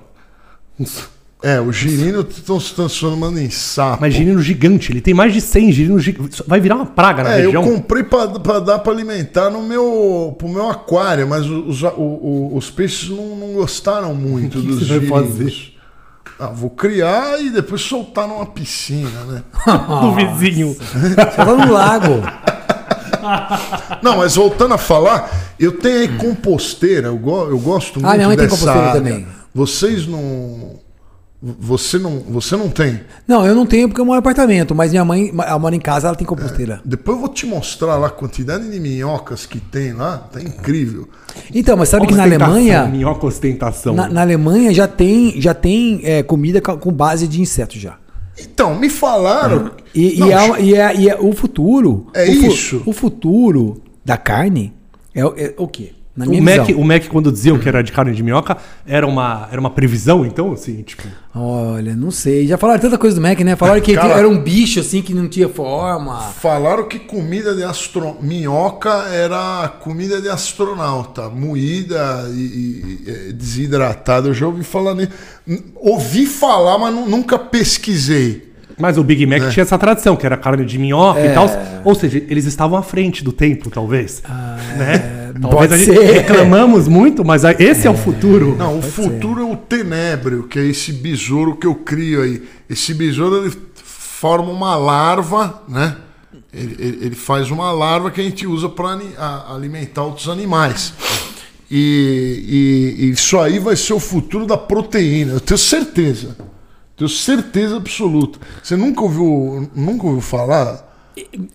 Speaker 1: Uns-
Speaker 2: É, o girino estão se transformando em sapo.
Speaker 1: Mas girino gigante, ele tem mais de 100 girinos gigantes. Vai virar uma praga na
Speaker 2: É, eu
Speaker 1: região.
Speaker 2: comprei para dar para alimentar no meu, pro meu aquário, mas os, o- o- os peixes não, não gostaram muito
Speaker 1: O que que
Speaker 2: dos
Speaker 1: você vai
Speaker 2: girinos.
Speaker 1: fazer?
Speaker 2: Ah, vou criar e depois soltar numa piscina, né?
Speaker 1: Do vizinho.
Speaker 3: Só tá no lago.
Speaker 2: Não, mas voltando a falar, eu tenho aí composteira, eu, go- eu gosto muito
Speaker 3: Ah, minha mãe tem
Speaker 2: dessa
Speaker 3: composteira
Speaker 2: área.
Speaker 3: também.
Speaker 2: Vocês não... Você não, você não tem.
Speaker 3: Não, eu não tenho porque eu moro em apartamento, mas minha mãe ela mora em casa, ela tem composteira.
Speaker 2: Depois eu vou te mostrar lá a quantidade de minhocas que tem lá. Tá incrível.
Speaker 3: Então, mas sabe que na
Speaker 1: Ostentação,
Speaker 2: né?
Speaker 3: Alemanha.
Speaker 1: Minhoca
Speaker 2: Então,
Speaker 1: ostentação.
Speaker 3: Na, na Alemanha já tem, já tem é, comida ca- com base de inseto já.
Speaker 2: Então, me falaram...
Speaker 3: E, e
Speaker 2: Não,
Speaker 3: é, e é- e é o futuro.
Speaker 2: É
Speaker 3: o fu-
Speaker 2: isso.
Speaker 3: O futuro da carne é, o- é o quê? Na
Speaker 1: O
Speaker 3: minha
Speaker 1: Mac,
Speaker 3: visão.
Speaker 1: o Mac, quando diziam que era de carne de minhoca, era uma, era uma previsão, então, assim, tipo.
Speaker 3: Olha, não sei. Já falaram tanta coisa do Mac, né? Falaram que
Speaker 2: Cara-
Speaker 3: era um bicho assim que não tinha forma.
Speaker 2: Falaram que comida de astro... minhoca era comida de astronauta, moída e, e- e desidratada. Eu já ouvi falar nisso. N- Ouvi falar, mas nu- nunca pesquisei.
Speaker 1: Mas o Big
Speaker 2: É.
Speaker 1: Mac tinha essa tradição, que era carne de minhoca e tal. Ou seja, eles estavam à frente do tempo, talvez. né? Talvez
Speaker 3: pode
Speaker 1: a gente
Speaker 3: ser.
Speaker 1: reclamamos muito, mas a- esse é, o futuro.
Speaker 2: Não, o futuro é o tenébrio, que é esse besouro que eu crio aí. Esse besouro ele forma uma larva, né? Ele, ele- ele faz uma larva que a gente usa para alimentar outros animais. E, e- e isso aí vai ser o futuro da proteína, eu tenho certeza. Tenho certeza absoluta. Você nunca ouviu, nunca ouviu falar?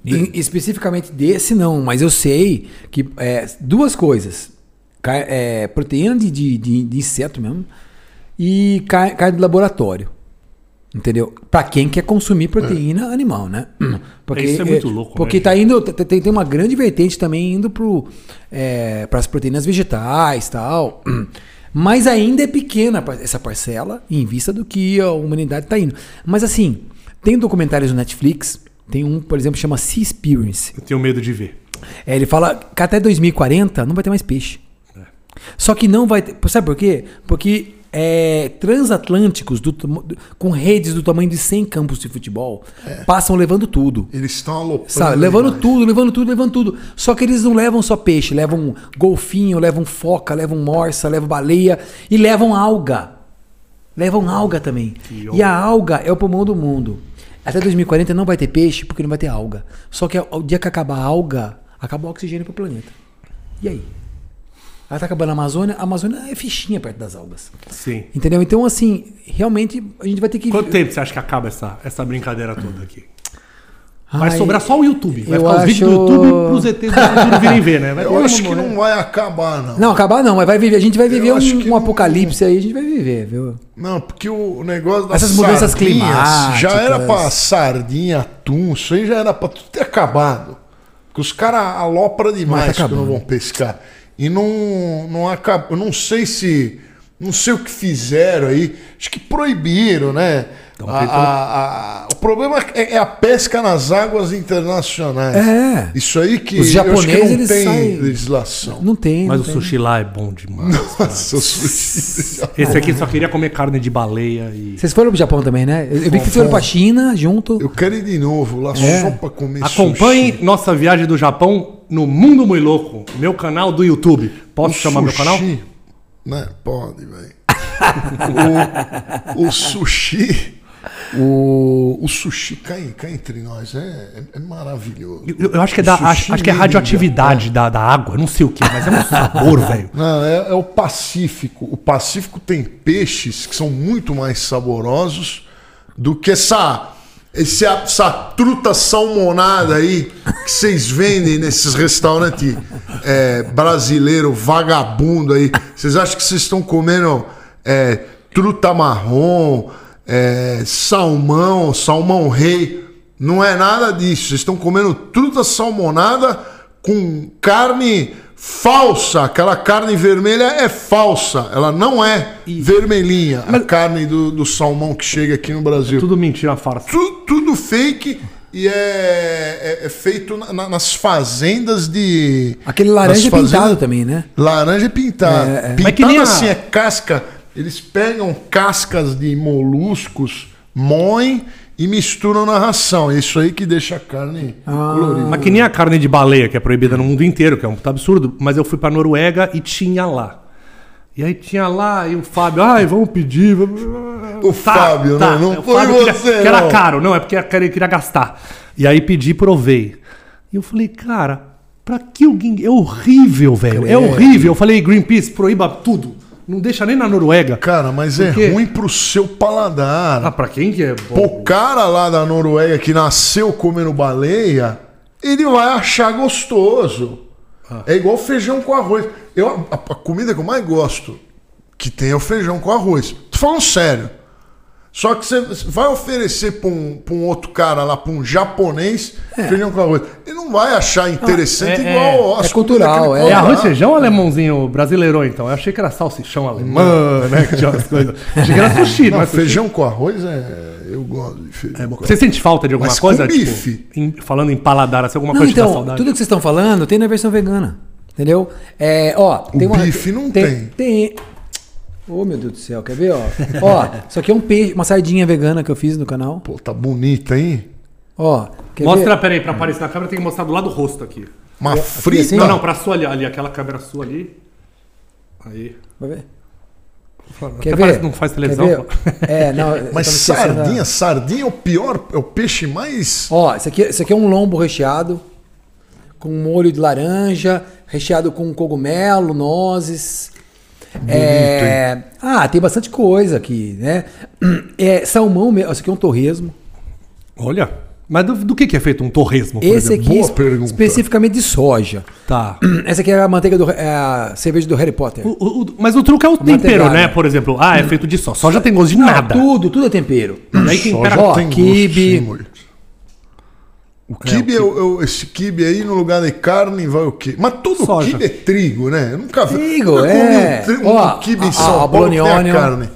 Speaker 3: Em- especificamente desse, não, mas eu sei que é, duas coisas: Car- é, proteína de, de, de- de inseto mesmo e car- carne de laboratório. Entendeu? Pra quem quer consumir proteína animal, né? Porque,
Speaker 1: Isso é muito louco, né,
Speaker 3: Porque
Speaker 1: gente?
Speaker 3: tá indo. t- Tem, tem uma grande vertente também indo pro, é, pras proteínas vegetais tal. Mas ainda é pequena par- essa parcela em vista do que a humanidade tá indo. Mas assim, tem documentários no Netflix. Tem um, por exemplo, chama Sea Experience.
Speaker 1: Eu tenho medo de ver.
Speaker 3: É, ele fala que até 2040 não vai ter mais peixe. Só que não vai ter. Sabe por quê? Porque é, transatlânticos do tamo- do- com redes do tamanho de 100 campos de futebol passam levando tudo.
Speaker 2: Eles estão aloprando.
Speaker 3: Sabe? Levando
Speaker 2: animais.
Speaker 3: tudo, levando tudo, levando tudo. Só que eles não levam só peixe, levam um golfinho, levam um foca, levam morsa, levam baleia e levam alga. Levam alga também. E a alga é o pulmão do mundo. Até 2040 não vai ter peixe porque não vai ter alga. Só que o dia que acabar a alga, acaba o oxigênio pro planeta. E aí? Ela tá acabando a Amazônia, a Amazônia é fichinha perto das algas.
Speaker 1: Sim.
Speaker 3: Entendeu? Então, assim, realmente a gente vai ter que.
Speaker 1: Quanto tempo você acha que acaba essa, essa brincadeira toda aqui? Vai
Speaker 3: Ai,
Speaker 1: sobrar só o YouTube. Vai
Speaker 3: eu
Speaker 1: ficar os vídeos do
Speaker 3: acho-
Speaker 1: YouTube pros ETs do futuro virem ver, né? Vai
Speaker 2: Eu
Speaker 1: todo
Speaker 2: acho
Speaker 1: mundo
Speaker 2: que
Speaker 3: é?
Speaker 1: morrer.
Speaker 2: não vai acabar, não.
Speaker 3: Não, acabar não, mas vai viver. A gente vai viver um,
Speaker 2: acho que
Speaker 3: um
Speaker 2: não-
Speaker 3: apocalipse aí, a gente vai viver, viu?
Speaker 2: Não, porque o negócio das
Speaker 3: Essas mudanças
Speaker 2: sardinhas
Speaker 3: climáticas.
Speaker 2: já era pra sardinha, atum, isso aí já era pra tudo ter acabado. Porque os caras alopram
Speaker 3: Mas tá
Speaker 2: demais que
Speaker 3: acabando.
Speaker 2: não vão pescar. E não, não acabou. Eu não sei se. Não sei o que fizeram aí. Acho que proibiram, né?
Speaker 3: Então,
Speaker 2: A-
Speaker 1: tentando-
Speaker 2: a- a- o problema é, é a pesca nas águas internacionais.
Speaker 3: É.
Speaker 2: Isso aí que
Speaker 3: Os
Speaker 2: eu acho que
Speaker 3: japoneses,
Speaker 2: não
Speaker 3: eles
Speaker 2: tem
Speaker 3: saem-
Speaker 2: legislação.
Speaker 3: Não tem.
Speaker 1: Mas
Speaker 3: não
Speaker 1: o
Speaker 3: tem.
Speaker 1: sushi lá é bom demais.
Speaker 2: Nossa, o sushi.
Speaker 1: Esse aqui só queria comer carne de baleia e.
Speaker 3: Vocês foram pro Japão também, né? Eu, eu vi que vocês foram pra China junto.
Speaker 2: É. Eu quero ir de novo lá
Speaker 3: É.
Speaker 2: só pra comer
Speaker 1: Acompanhe
Speaker 2: sushi.
Speaker 1: nossa viagem do Japão no Mundo Muito Louco, meu canal do YouTube. Posso
Speaker 2: O
Speaker 1: chamar meu
Speaker 2: sushi,
Speaker 1: canal?
Speaker 2: Né? Pode, velho. o, o sushi O, o sushi, cai, cai entre nós, é, é- é maravilhoso.
Speaker 1: Eu, eu acho que é,
Speaker 2: O
Speaker 1: da,
Speaker 2: sushi
Speaker 1: acho, acho que é
Speaker 2: lindo,
Speaker 1: radioatividade da, da água, eu não sei o que, mas é um sabor, velho.
Speaker 2: Não, é, é o Pacífico. O Pacífico tem peixes que são muito mais saborosos do que essa, esse- essa truta salmonada aí que vocês vendem nesses restaurantes é, brasileiro vagabundo aí. Vocês acham que vocês estão comendo é, truta marrom, é, salmão, salmão rei? Não é nada disso. Vocês estão comendo truta salmonada com carne falsa. Aquela carne vermelha é falsa. Ela não é vermelhinha. A carne do, do salmão que chega aqui no Brasil. Tudo,
Speaker 1: Tudo mentira, farsa.
Speaker 2: tu- tudo fake e é, é- é feito na- na- nas fazendas de.
Speaker 3: Aquele laranja
Speaker 2: nas
Speaker 3: é
Speaker 2: fazendas-
Speaker 3: pintado também, né?
Speaker 2: Laranja é pintada.
Speaker 3: É, é.
Speaker 2: Pintada
Speaker 1: Mas que nem a-
Speaker 2: assim, é casca. Eles pegam cascas de moluscos, moem e misturam na ração. Isso aí que deixa a carne
Speaker 3: Ah,
Speaker 2: colorida.
Speaker 1: Mas que nem a carne de baleia, que é proibida no mundo inteiro, que é um puta absurdo. Mas eu fui pra Noruega e tinha lá. E aí tinha lá, e o Fábio, ai, vamos pedir. vamos-" Tá, É,
Speaker 2: O Fábio, né? Não
Speaker 1: O
Speaker 2: foi
Speaker 1: Fábio queria-
Speaker 2: você,
Speaker 1: Que era
Speaker 2: não.
Speaker 1: caro, não, é porque ele queria gastar. E aí pedi, provei. E eu falei, cara, pra que alguém. É horrível, velho. É
Speaker 2: Credo.
Speaker 1: horrível. Eu falei, Greenpeace, proíba tudo. Não deixa nem na Noruega.
Speaker 2: Cara, mas é
Speaker 1: quê?
Speaker 2: ruim pro seu paladar.
Speaker 1: Ah, pra quem que é
Speaker 2: O cara lá da Noruega que nasceu comendo baleia, ele vai achar gostoso.
Speaker 1: Ah.
Speaker 2: É igual feijão com arroz. Eu, a, a comida que eu mais gosto que tem é o feijão com arroz. Tô falando sério. Só que você vai oferecer pra um, pra um outro cara lá, pra um japonês, feijão com arroz. Ele não vai achar interessante
Speaker 1: é-
Speaker 2: igual
Speaker 3: é
Speaker 2: as comidas
Speaker 3: cultural,
Speaker 2: que ele
Speaker 3: é.
Speaker 2: come
Speaker 1: É
Speaker 2: lá.
Speaker 1: arroz e feijão ou alemãozinho brasileiro, então? Eu achei que era salsichão alemão, né? Que tinha umas coisas. Achei que era sushi,
Speaker 2: Não,
Speaker 1: mas feijão. É
Speaker 2: feijão com arroz é. Eu gosto de feijão. com
Speaker 1: Você sente falta de alguma
Speaker 2: Mas com
Speaker 1: coisa? Tipo,
Speaker 2: bife.
Speaker 1: em- falando em paladar, assim, alguma
Speaker 3: Não,
Speaker 1: coisa
Speaker 3: então,
Speaker 1: que dá saudade?
Speaker 3: tudo que vocês estão falando tem na versão vegana. Entendeu? É, ó, tem
Speaker 2: bife não tem.
Speaker 3: Tem. Ô, meu Deus do céu, quer ver, ó? ó, isso aqui é um peixe, uma sardinha vegana que eu fiz no canal.
Speaker 2: Pô, tá bonita, hein?
Speaker 3: Ó, quer
Speaker 1: Mostra,
Speaker 3: ver?
Speaker 1: peraí, pra aparecer na câmera tem que mostrar do lado do rosto aqui.
Speaker 2: Uma frita.
Speaker 3: assim?
Speaker 1: Não, não, pra sua ali, ali, aquela câmera sua ali. Aí.
Speaker 3: Vai ver.
Speaker 1: Até
Speaker 3: Quer
Speaker 1: parece
Speaker 3: ver?
Speaker 1: que não faz
Speaker 3: Quer
Speaker 1: televisão.
Speaker 3: ver? É, não, eu
Speaker 2: Mas
Speaker 3: tava esquecendo,
Speaker 2: sardinha,
Speaker 3: né?
Speaker 2: sardinha é o pior, é o peixe mais.
Speaker 3: Ó, isso aqui, isso aqui é um lombo recheado com molho de laranja, recheado com cogumelo, nozes. É, Ah, tem bastante coisa aqui, né? É, salmão mesmo. Isso aqui é um torresmo.
Speaker 1: Olha. Mas do, do que, que é feito um torresmo, por
Speaker 3: Esse
Speaker 1: exemplo?
Speaker 3: aqui,
Speaker 2: boa
Speaker 3: es-
Speaker 2: pergunta.
Speaker 3: especificamente de soja.
Speaker 1: Tá.
Speaker 3: Essa aqui é a manteiga do. É a cerveja do Harry Potter.
Speaker 1: O- o- o- mas o truque é o tempero,
Speaker 3: Manteigada.
Speaker 1: né? Por exemplo, ah, é
Speaker 3: Hum.
Speaker 1: feito de só. Só já tem gosto de nada.
Speaker 3: Tudo, tudo é tempero.
Speaker 1: E aí
Speaker 2: Só
Speaker 1: tempera
Speaker 2: já
Speaker 3: ó,
Speaker 2: tem gosto,
Speaker 3: quibe. É,
Speaker 2: sim, Moisés. O quibe, é o- é o- esse quibe aí, no lugar de carne, vai o quê? Mas todo
Speaker 1: Soja.
Speaker 2: quibe é trigo, né? Eu nunca vi.
Speaker 3: Trigo,
Speaker 2: nunca comi
Speaker 3: é.
Speaker 2: Um, tri- um
Speaker 3: Ó,
Speaker 2: quibe
Speaker 3: a-
Speaker 2: em
Speaker 3: a
Speaker 2: São Paulo que tem
Speaker 3: bologna.
Speaker 2: a carne.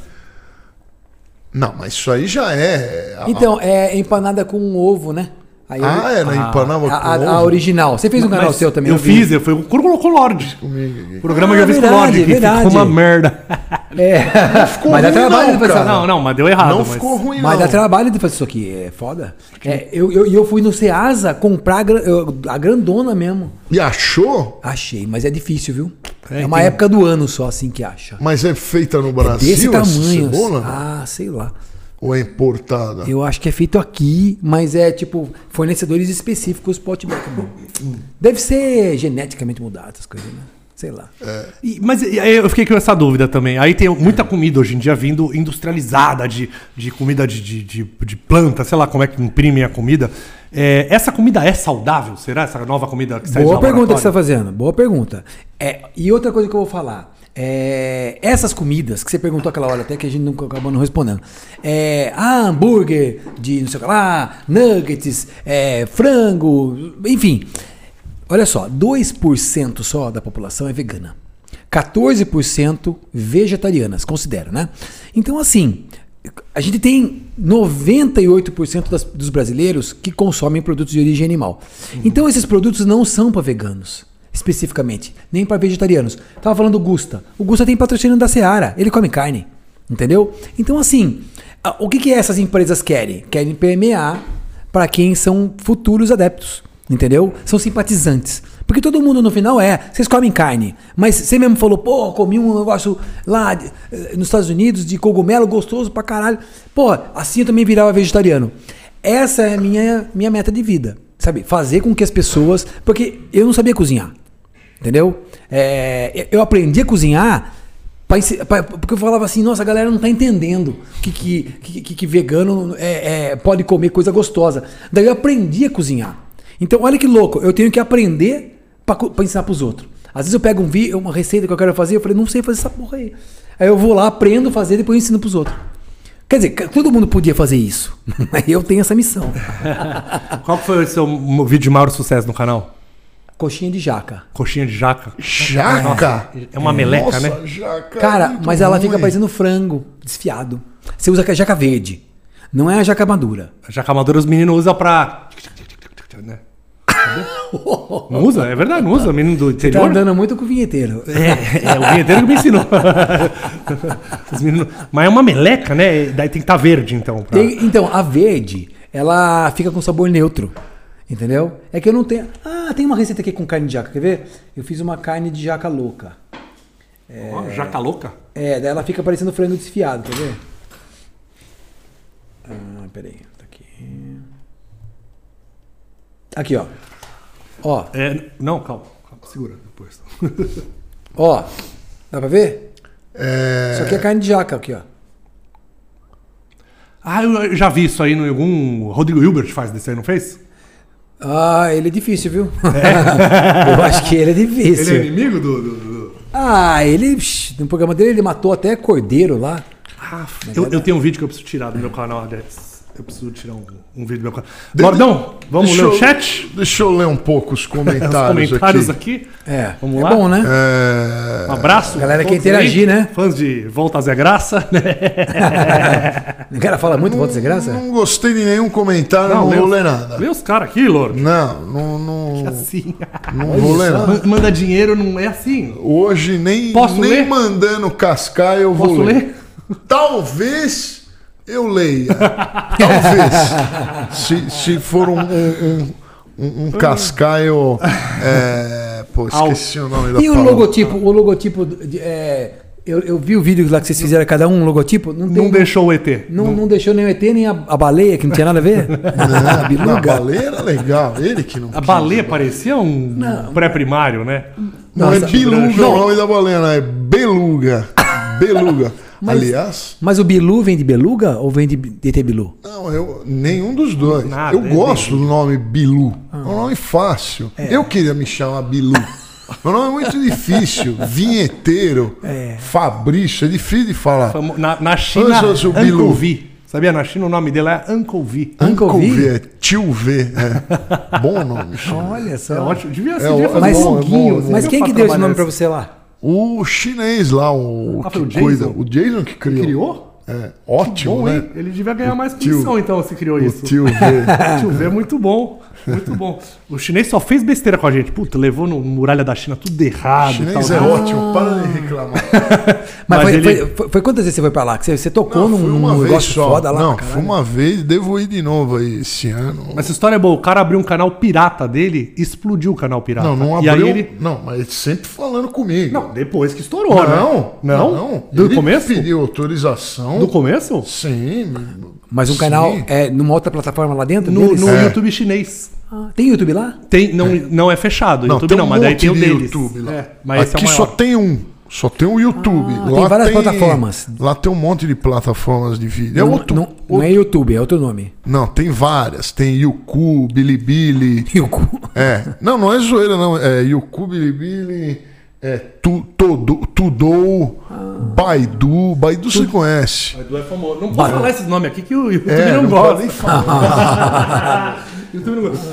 Speaker 2: Não, mas isso aí já é. a-
Speaker 3: Então, é empanada com ovo, né? Aí eu-
Speaker 2: ah, era empanava
Speaker 3: a,
Speaker 2: com
Speaker 3: a- a
Speaker 2: ovo?
Speaker 3: original. Você fez um canal
Speaker 1: Mas
Speaker 3: seu também?
Speaker 1: Eu
Speaker 3: vi.
Speaker 1: fiz, eu fui o Coro colocou o Lorde. O programa
Speaker 3: Ah,
Speaker 1: que eu fiz com o Lorde, que
Speaker 3: verdade,
Speaker 1: ficou uma
Speaker 3: verdade.
Speaker 1: merda.
Speaker 3: É.
Speaker 2: ficou
Speaker 3: mas dá
Speaker 2: ruim
Speaker 3: trabalho
Speaker 2: não,
Speaker 3: de fazer
Speaker 2: cara.
Speaker 3: não.
Speaker 1: Não, não, mas deu errado.
Speaker 2: não
Speaker 1: mas-
Speaker 2: ficou ruim,
Speaker 3: Mas
Speaker 2: não.
Speaker 3: dá trabalho de fazer isso aqui, é foda. É, eu, eu, e eu fui no Ceasa comprar a, gran- eu- a grandona mesmo.
Speaker 2: E achou?
Speaker 3: Achei, mas é difícil, viu?
Speaker 1: É,
Speaker 3: É, uma
Speaker 1: tem-
Speaker 3: época do ano só assim que acha.
Speaker 2: Mas é feita no Brasil?
Speaker 3: Desse
Speaker 2: essa
Speaker 3: tamanho.
Speaker 2: Cebola?
Speaker 3: Ah, sei lá.
Speaker 2: Ou é importada?
Speaker 3: Eu acho que é feito aqui, mas é tipo fornecedores específicos pot Deve ser geneticamente mudado essas coisas, né? Sei lá.
Speaker 1: E- Mas e- aí eu fiquei com essa dúvida também. Aí tem muita comida hoje em dia vindo industrializada, de, de comida de, de, de, de planta, sei lá como é que imprimem a comida. É, essa comida é saudável, será? Essa nova comida que sai do
Speaker 3: Boa pergunta que você está
Speaker 1: laboratório?
Speaker 3: fazendo, boa pergunta. É, e outra coisa que eu vou falar. é, essas comidas que você perguntou aquela hora, até que a gente nunca acabou não respondendo. É, ah, hambúrguer de não sei o que lá, nuggets, é, frango, enfim. Olha só, 2% só da população é vegana. 14% vegetarianas, considero, né? Então, assim, a gente tem 98% das- dos brasileiros que consomem produtos de origem animal. Então, esses produtos não são para veganos, especificamente, nem para vegetarianos. Tava falando do Gusta. O Gusta tem patrocínio da Seara, ele come carne, entendeu? Então, assim, a- o que, que essas empresas querem? Querem permear para quem são futuros adeptos, entendeu? São simpatizantes. Porque todo mundo no final é, vocês comem carne. Mas você mesmo falou, pô, comi um negócio lá de- eh, nos Estados Unidos de cogumelo gostoso pra caralho. Pô, assim eu também virava vegetariano. Essa é a minha, minha meta de vida. Sabe? Fazer com que as pessoas. Porque eu não sabia cozinhar. Entendeu? É, eu aprendi a cozinhar pra ensi- pra- porque eu falava assim, nossa, a galera não tá entendendo que, que, que, que- que vegano é, é, pode comer coisa gostosa. Daí eu aprendi a cozinhar. Então, olha que louco, eu tenho que aprender pra, co- pra ensinar pros outros. Às vezes eu pego um vi uma receita que eu quero fazer, eu falei, não sei fazer essa porra aí. Aí eu vou lá, aprendo a fazer, depois eu ensino pros outros. Quer dizer, c- todo mundo podia fazer isso. Mas eu tenho essa missão.
Speaker 1: Qual que foi o seu mo- vídeo de maior sucesso no canal?
Speaker 3: Coxinha de jaca.
Speaker 1: Coxinha de jaca.
Speaker 2: Jaca?
Speaker 1: É uma meleca,
Speaker 2: Nossa,
Speaker 1: né?
Speaker 2: jaca é
Speaker 3: Cara,
Speaker 2: muito
Speaker 3: mas ela fica
Speaker 2: ruim.
Speaker 3: parecendo frango, desfiado. Você usa a jaca verde. Não é a jaca madura.
Speaker 1: A jaca madura os meninos usam pra... né? Cadê? Não usa? É verdade, não usa. Menino do
Speaker 3: Tá
Speaker 1: interior.
Speaker 3: andando muito com o vinheteiro.
Speaker 1: É, é o vinheteiro que me ensinou. Os meninos- Mas é uma meleca, né? Daí tem que estar verde, então. pra-
Speaker 3: Tem- então, a verde, ela fica com sabor neutro. Entendeu? É que eu não tenho. Ah, tem uma receita aqui com carne de jaca, quer ver? Eu fiz uma carne de jaca louca.
Speaker 1: Ó, jaca louca.
Speaker 3: É, daí ela fica parecendo frango desfiado, quer ver? Ah, peraí, tá aqui. Aqui, ó. Ó,
Speaker 1: É, não, calma. calma, Segura depois.
Speaker 3: ó. Dá pra ver?
Speaker 2: É...
Speaker 3: Isso aqui é carne de jaca, aqui, ó.
Speaker 1: Ah, eu já vi isso aí em algum... o Rodrigo Hilbert faz desse aí, não fez?
Speaker 3: Ah, ele é difícil, viu? Eu acho que ele é difícil.
Speaker 1: inimigo do... do- do-
Speaker 3: Ah, ele. psh, No programa dele ele matou até cordeiro lá.
Speaker 1: Ah, eu, eu tenho um vídeo que eu preciso tirar do meu canal, aliás. Eu preciso tirar um, um vídeo do meu canal.
Speaker 2: De-
Speaker 1: Gordão, vamos
Speaker 2: deixa
Speaker 1: ler o
Speaker 2: eu-
Speaker 1: chat?
Speaker 2: Deixa eu ler um pouco os
Speaker 1: Os
Speaker 2: comentários,
Speaker 1: comentários
Speaker 2: aqui.
Speaker 1: aqui.
Speaker 3: É.
Speaker 1: Vamos
Speaker 3: é
Speaker 1: lá?
Speaker 3: bom, né?
Speaker 2: É...
Speaker 1: Um abraço.
Speaker 3: Galera quer
Speaker 1: todos aí.
Speaker 3: interagir, né?
Speaker 1: Fãs de Voltas é Graça, né?
Speaker 3: O cara fala muito, volta sem graça?
Speaker 2: Não gostei de nenhum comentário, não,
Speaker 1: lê
Speaker 2: vou
Speaker 1: os-
Speaker 2: ler nada.
Speaker 1: Lê os caras aqui, Lorde.
Speaker 2: Não, não, Ah. não, É.
Speaker 1: Assim.
Speaker 2: não vou ler nada.
Speaker 1: Man- Manda dinheiro não é assim.
Speaker 2: Hoje nem,
Speaker 1: Posso
Speaker 2: nem
Speaker 1: ler?
Speaker 2: mandando cascar eu vou
Speaker 1: Posso
Speaker 2: ler.
Speaker 1: ler?
Speaker 2: Talvez eu leia. Talvez. se, se for um, um, um, um- um cascar eu... É, pô, esqueci o nome da
Speaker 3: E o
Speaker 2: palavra.
Speaker 3: logotipo? O logotipo. de- é, eu, eu vi o vídeo lá que vocês fizeram cada um um logotipo. Não, tem,
Speaker 1: Não deixou o ET.
Speaker 3: não, não deixou nem o ET, nem a, a baleia, que não tinha nada a ver. Ah, a
Speaker 2: É, Não, não, a
Speaker 3: biluga.
Speaker 2: baleia era legal. Ele que não
Speaker 1: A
Speaker 2: quis.
Speaker 1: baleia parecia um
Speaker 3: Não.
Speaker 1: pré-primário, né?
Speaker 2: Não,
Speaker 3: Nossa,
Speaker 2: é biluga o nome da baleia, não, é beluga. Beluga. Aliás...
Speaker 3: Mas o Bilu vem de beluga ou vem de, de ET Bilu?
Speaker 2: Não, eu nenhum dos dois.
Speaker 1: Nada,
Speaker 2: eu
Speaker 1: é Ah.
Speaker 2: gosto do nome Bilu. É um nome fácil. Eu queria me chamar Bilu. Meu nome é muito difícil. Vinheteiro, Fabrício, é difícil de falar.
Speaker 1: Famo- Na, na China,
Speaker 2: Anjo Zubilu.
Speaker 1: Uncle V. Sabia? Na China o nome dele é Uncle V.
Speaker 3: Uncle
Speaker 2: Uncle
Speaker 3: V?
Speaker 2: V, é tio V. É. Bom nome, chama.
Speaker 3: Olha
Speaker 1: É
Speaker 3: só.
Speaker 1: ótimo. Devia ser.
Speaker 2: É,
Speaker 1: devia
Speaker 2: o-
Speaker 1: fazer
Speaker 3: mas
Speaker 1: um
Speaker 2: bom, é
Speaker 1: longuinho,
Speaker 2: bom, é
Speaker 1: né?
Speaker 3: mas quem que
Speaker 1: Pra
Speaker 3: deu esse
Speaker 1: trabalhar
Speaker 3: nome pra você lá?
Speaker 2: O chinês lá, o
Speaker 1: Ah,
Speaker 2: que
Speaker 1: foi o Jason?
Speaker 2: cuida. O Jason que criou.
Speaker 1: Criou?
Speaker 2: É, ótimo,
Speaker 1: Bom, hein?
Speaker 2: né?
Speaker 1: Ele devia ganhar mais
Speaker 2: tio-
Speaker 1: comissão, então, se criou
Speaker 2: O
Speaker 1: isso.
Speaker 2: tio V.
Speaker 1: Deixa eu ver, é muito bom. Muito bom. O chinês só fez besteira com a gente. Puta, levou no muralha da China tudo
Speaker 2: O
Speaker 1: errado. e
Speaker 2: chinês é
Speaker 1: tal. né?
Speaker 2: ótimo, para de
Speaker 1: Ah.
Speaker 2: reclamar.
Speaker 3: Mas,
Speaker 1: Mas
Speaker 3: foi,
Speaker 1: ele-
Speaker 3: foi- foi- foi quantas vezes você foi pra lá? Que Você, você tocou
Speaker 2: Não, fui
Speaker 3: num,
Speaker 2: uma
Speaker 3: num
Speaker 2: vez
Speaker 3: negócio
Speaker 2: só.
Speaker 3: foda lá?
Speaker 2: Não,
Speaker 3: pra
Speaker 2: fui
Speaker 3: caralho?
Speaker 2: uma vez, devo ir de novo aí esse ano.
Speaker 1: Mas essa história é boa. O cara abriu um canal pirata dele, explodiu o canal pirata.
Speaker 2: não, não
Speaker 1: Ah, E aí
Speaker 2: abriu.
Speaker 1: ele...
Speaker 2: Não, mas ele sempre falando comigo.
Speaker 1: Não, depois que estourou, né?
Speaker 2: não,
Speaker 1: Não? Do
Speaker 2: ele
Speaker 1: começo?
Speaker 2: pediu autorização.
Speaker 1: Do começo?
Speaker 2: Sim. me-
Speaker 3: Mas um
Speaker 2: sim.
Speaker 3: canal é, numa outra plataforma lá dentro?
Speaker 1: No,
Speaker 3: deles?
Speaker 1: no
Speaker 2: É.
Speaker 1: YouTube chinês.
Speaker 3: Ah, tem YouTube lá?
Speaker 1: Tem, não, não é fechado.
Speaker 2: Não,
Speaker 1: YouTube
Speaker 2: tem um
Speaker 1: não, mas daí
Speaker 2: monte
Speaker 1: tem o
Speaker 2: de
Speaker 1: deles.
Speaker 2: YouTube lá.
Speaker 1: É, mas
Speaker 2: Aqui
Speaker 1: esse é o
Speaker 2: só
Speaker 1: maior. Ah,
Speaker 2: tem um. Só tem o YouTube.
Speaker 3: tem várias plataformas.
Speaker 2: Lá tem um monte de plataformas de vídeo. É
Speaker 3: não,
Speaker 2: outro,
Speaker 3: não,
Speaker 2: outro-
Speaker 3: não é YouTube, é outro nome.
Speaker 2: não, tem várias. Tem Yuku, Bilibili.
Speaker 3: Yuku.
Speaker 2: É. Não, não é zoeira, não. É Yuku, Bilibili, é tu, Todo- Tudou,
Speaker 1: Ah.
Speaker 2: Baidu. Baidu você conhece.
Speaker 1: Mas do é famoso. Não pode falar esses nomes aqui que o YouTube
Speaker 2: É,
Speaker 1: não,
Speaker 2: não
Speaker 1: gosta.
Speaker 2: pode nem
Speaker 1: YouTube não gosta.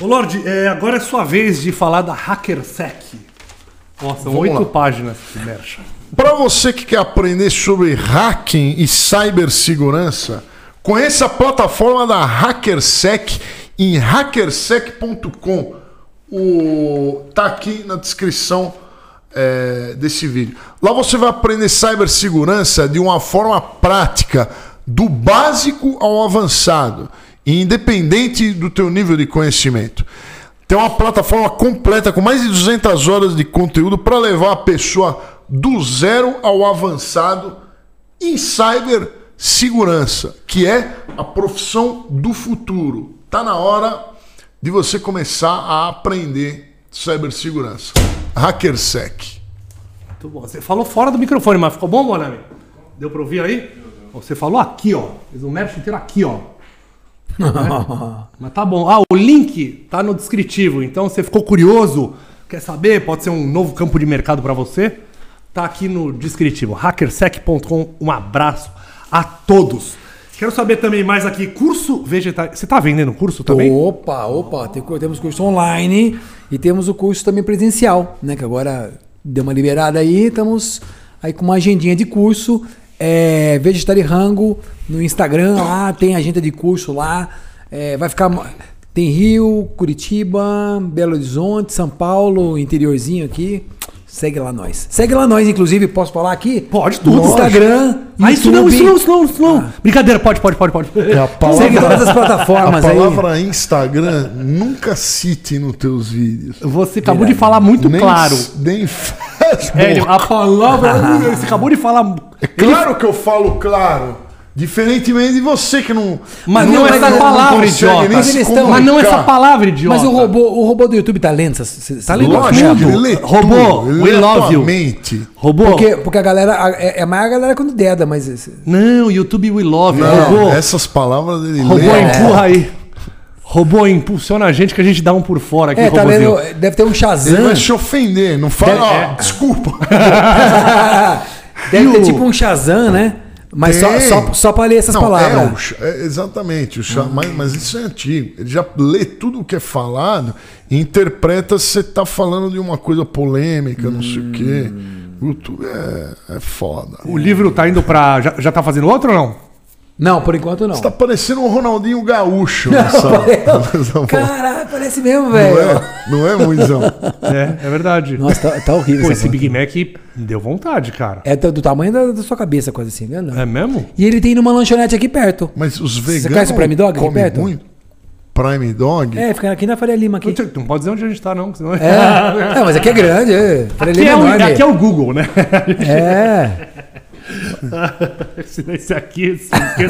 Speaker 1: Ô Lorde, é, agora é sua vez de falar da HackerSec. Ó, são
Speaker 2: Vamos
Speaker 1: oito
Speaker 2: lá.
Speaker 1: páginas de mercha.
Speaker 2: Para você que quer aprender sobre hacking e cibersegurança, conheça a plataforma da HackerSec em hackersec.com. O tá aqui na descrição é, desse vídeo. Lá você vai aprender cibersegurança de uma forma prática, do básico ao avançado, independente do teu nível de conhecimento. Tem uma plataforma completa com mais de 200 horas de conteúdo para levar a pessoa do zero ao avançado em cibersegurança, que é a profissão do futuro. Tá na hora de você começar a aprender cibersegurança. HackerSec.
Speaker 1: Muito bom. Você falou fora do microfone, mas ficou bom, Bonami? Deu pra ouvir aí? Você falou aqui, ó. Fez um merch inteiro aqui, ó.
Speaker 2: É,
Speaker 1: Né? mas tá bom. Ah, o link tá no descritivo. Então, você ficou curioso, quer saber, pode ser um novo campo de mercado pra você? Tá aqui no descritivo. Hackersec.com. Um abraço a todos. Quero saber também mais aqui, curso vegetal. Você tá vendendo curso também?
Speaker 3: Opa, opa, tem cu- temos curso online e temos o curso também presencial, né? Que agora deu uma liberada aí, estamos aí com uma agendinha de curso. É, Vegetari Rango no Instagram, lá tem agenda de curso lá. É, vai ficar. mo- Tem Rio, Curitiba, Belo Horizonte, São Paulo, interiorzinho aqui. Segue lá nós. Segue lá nós, inclusive, posso falar aqui?
Speaker 1: Pode tudo.
Speaker 3: No Instagram,
Speaker 1: Ah, isso não, isso
Speaker 3: YouTube.
Speaker 1: não, isso não, isso não. Brincadeira, pode, pode, pode, pode.
Speaker 2: Ah. É a
Speaker 3: Segue todas
Speaker 2: palavra,
Speaker 3: as
Speaker 2: a
Speaker 1: Ah,
Speaker 3: plataformas aí.
Speaker 2: palavra Instagram nunca cite nos teus vídeos.
Speaker 1: Você acabou de falar muito
Speaker 2: Nem-
Speaker 1: claro.
Speaker 2: Nem faz.
Speaker 1: É, ele- a palavra. Você acabou de falar.
Speaker 2: É claro que eu falo claro. Diferentemente de você que não. é
Speaker 1: Mas não, é
Speaker 3: Não, mas
Speaker 1: essa
Speaker 3: não-
Speaker 1: palavra,
Speaker 3: não
Speaker 2: consegue
Speaker 1: idiota.
Speaker 2: nem
Speaker 1: Mas,
Speaker 2: se
Speaker 1: eles tão-
Speaker 2: comunicar.
Speaker 1: mas não é essa palavra, idiota.
Speaker 3: Mas o robô, o robô do YouTube tá lento, cê- cê- tá lento.
Speaker 2: Lógico,
Speaker 1: Tudo.
Speaker 2: ele lê
Speaker 1: Robô,
Speaker 2: tudo, ele
Speaker 1: we
Speaker 2: lê a
Speaker 1: love
Speaker 2: tua
Speaker 1: you.
Speaker 2: mente.
Speaker 1: Robô.
Speaker 3: Porque, porque a galera. a- é, é mais a galera quando deda, mas. esse-
Speaker 1: Não, YouTube we love. you.
Speaker 2: Não, é
Speaker 1: robô.
Speaker 2: essas palavras ele
Speaker 1: Robô é
Speaker 2: lê.
Speaker 1: empurra aí. Robô impulsiona a gente que a gente dá um por fora aqui,
Speaker 3: É, tá
Speaker 1: robôzinho.
Speaker 3: lendo. Deve ter um
Speaker 2: Ele
Speaker 3: Shazam.
Speaker 2: vai te ofender, não fala.
Speaker 1: É,
Speaker 2: ó, Desculpa.
Speaker 3: deve
Speaker 1: E o-
Speaker 3: ter tipo um Shazam, né? Mas só,
Speaker 2: Tem.
Speaker 3: só, só pra ler essas
Speaker 2: Não,
Speaker 3: palavras.
Speaker 2: é o cha- é, exatamente, o cha- mas, mas isso é antigo. Ele já lê tudo o que é falado e interpreta se você tá falando de uma coisa polêmica, não sei o quê.
Speaker 1: Hum.
Speaker 2: O YouTube é, é foda.
Speaker 1: O livro tá indo pra. Já, já tá fazendo outro ou não?
Speaker 3: Não, por enquanto não.
Speaker 2: Tá parecendo um Ronaldinho Gaúcho né, nessa.
Speaker 3: é.
Speaker 2: nessa
Speaker 3: Caralho, parece mesmo,
Speaker 2: não,
Speaker 3: velho.
Speaker 2: é, não é, Muizão?
Speaker 1: É, é verdade.
Speaker 3: Nossa, tá, tá horrível
Speaker 1: Pô,
Speaker 3: essa
Speaker 1: esse é
Speaker 3: foto.
Speaker 1: Big Mac deu vontade, cara.
Speaker 3: É do, do tamanho da, da sua cabeça, coisa assim, né? Não.
Speaker 1: É mesmo?
Speaker 3: E ele tem numa lanchonete aqui perto.
Speaker 2: Mas os veganos.
Speaker 3: conhece o Prime Dog aqui
Speaker 2: comem
Speaker 3: perto?
Speaker 2: muito? Prime Dog?
Speaker 3: É, fica aqui na Faria Lima aqui.
Speaker 1: Não pode dizer onde a gente tá, não. Senão...
Speaker 3: É. é, mas aqui é grande. É. Faria
Speaker 1: Aqui
Speaker 3: Lima
Speaker 1: é, o,
Speaker 3: enorme.
Speaker 1: aqui é o Google, né?
Speaker 3: É.
Speaker 1: Esse esse aqui, esse aqui.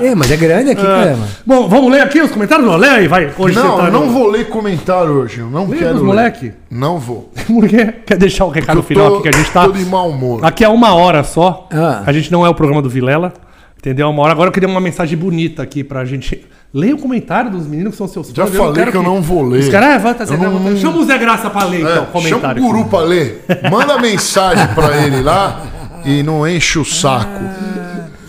Speaker 3: É, mas é grande aqui, cara. mano.
Speaker 1: Bom, vamos ler aqui os comentários? Não, lê aí, vai. Hoje
Speaker 2: Não,
Speaker 1: você tá
Speaker 2: não
Speaker 1: no-
Speaker 2: vou ler comentário hoje. Eu não
Speaker 1: Lê
Speaker 2: quero.
Speaker 1: pros
Speaker 2: ler.
Speaker 1: moleque.
Speaker 2: Não vou.
Speaker 1: Por quê? Quer deixar o recado
Speaker 2: Eu
Speaker 1: final
Speaker 2: tô-
Speaker 1: aqui que a gente tá.
Speaker 2: Tô de mau humor.
Speaker 1: Aqui é uma hora só.
Speaker 3: Ah.
Speaker 1: A gente não é o programa do Vilela. Entendeu? É Uma hora. Agora eu queria uma mensagem bonita aqui pra gente. Leia o comentário dos meninos que são seus
Speaker 2: Já
Speaker 1: fãs,
Speaker 2: falei
Speaker 1: quero
Speaker 2: que eu não vou ler.
Speaker 1: Os caras, ah, vai, tá, Zé
Speaker 2: Eu
Speaker 1: Graça,
Speaker 2: não-
Speaker 1: vai. Chama o Zé Graça pra ler, então, o
Speaker 2: É, chama
Speaker 1: comentário.
Speaker 2: o guru pra ler. Manda mensagem pra ele lá e não enche o saco.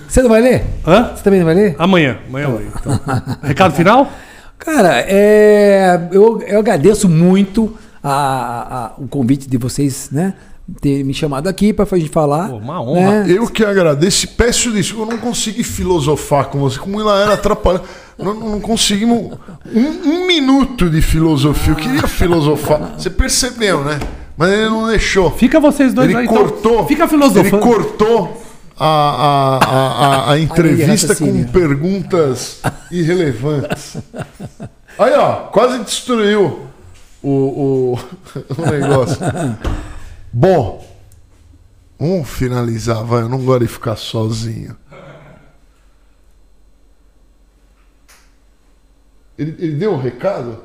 Speaker 3: Você não vai ler?
Speaker 1: Hã?
Speaker 3: Você também não vai ler?
Speaker 1: Amanhã. Amanhã eu leio, então. Recado final?
Speaker 3: Cara, é, eu, eu agradeço muito a- a- o convite de vocês, né? Ter me chamado aqui pra gente falar.
Speaker 1: Pô, uma honra.
Speaker 3: né?
Speaker 2: Eu que agradeço e peço desculpa. Eu não consegui filosofar com você, como ela era atrapalhada. Nós não conseguimos um, um minuto de filosofia. Eu queria filosofar. Você percebeu, né? Mas ele não deixou.
Speaker 1: Fica vocês dois
Speaker 2: Ele
Speaker 1: aí, então.
Speaker 2: cortou.
Speaker 1: Fica filosofando.
Speaker 2: Ele cortou a, a- a- a- a entrevista com
Speaker 3: raciocínio.
Speaker 2: perguntas irrelevantes. Aí, ó, quase destruiu o, o- o negócio. Bom, vamos finalizar, vai. Eu não gosto de ficar sozinho. Ele, ele deu o recado?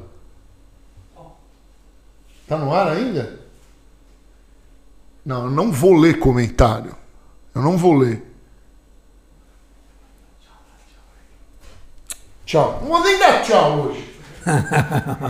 Speaker 2: Tá no ar ainda? Não, eu não vou ler comentário. Eu não vou ler. Tchau. Não vou nem dar tchau hoje.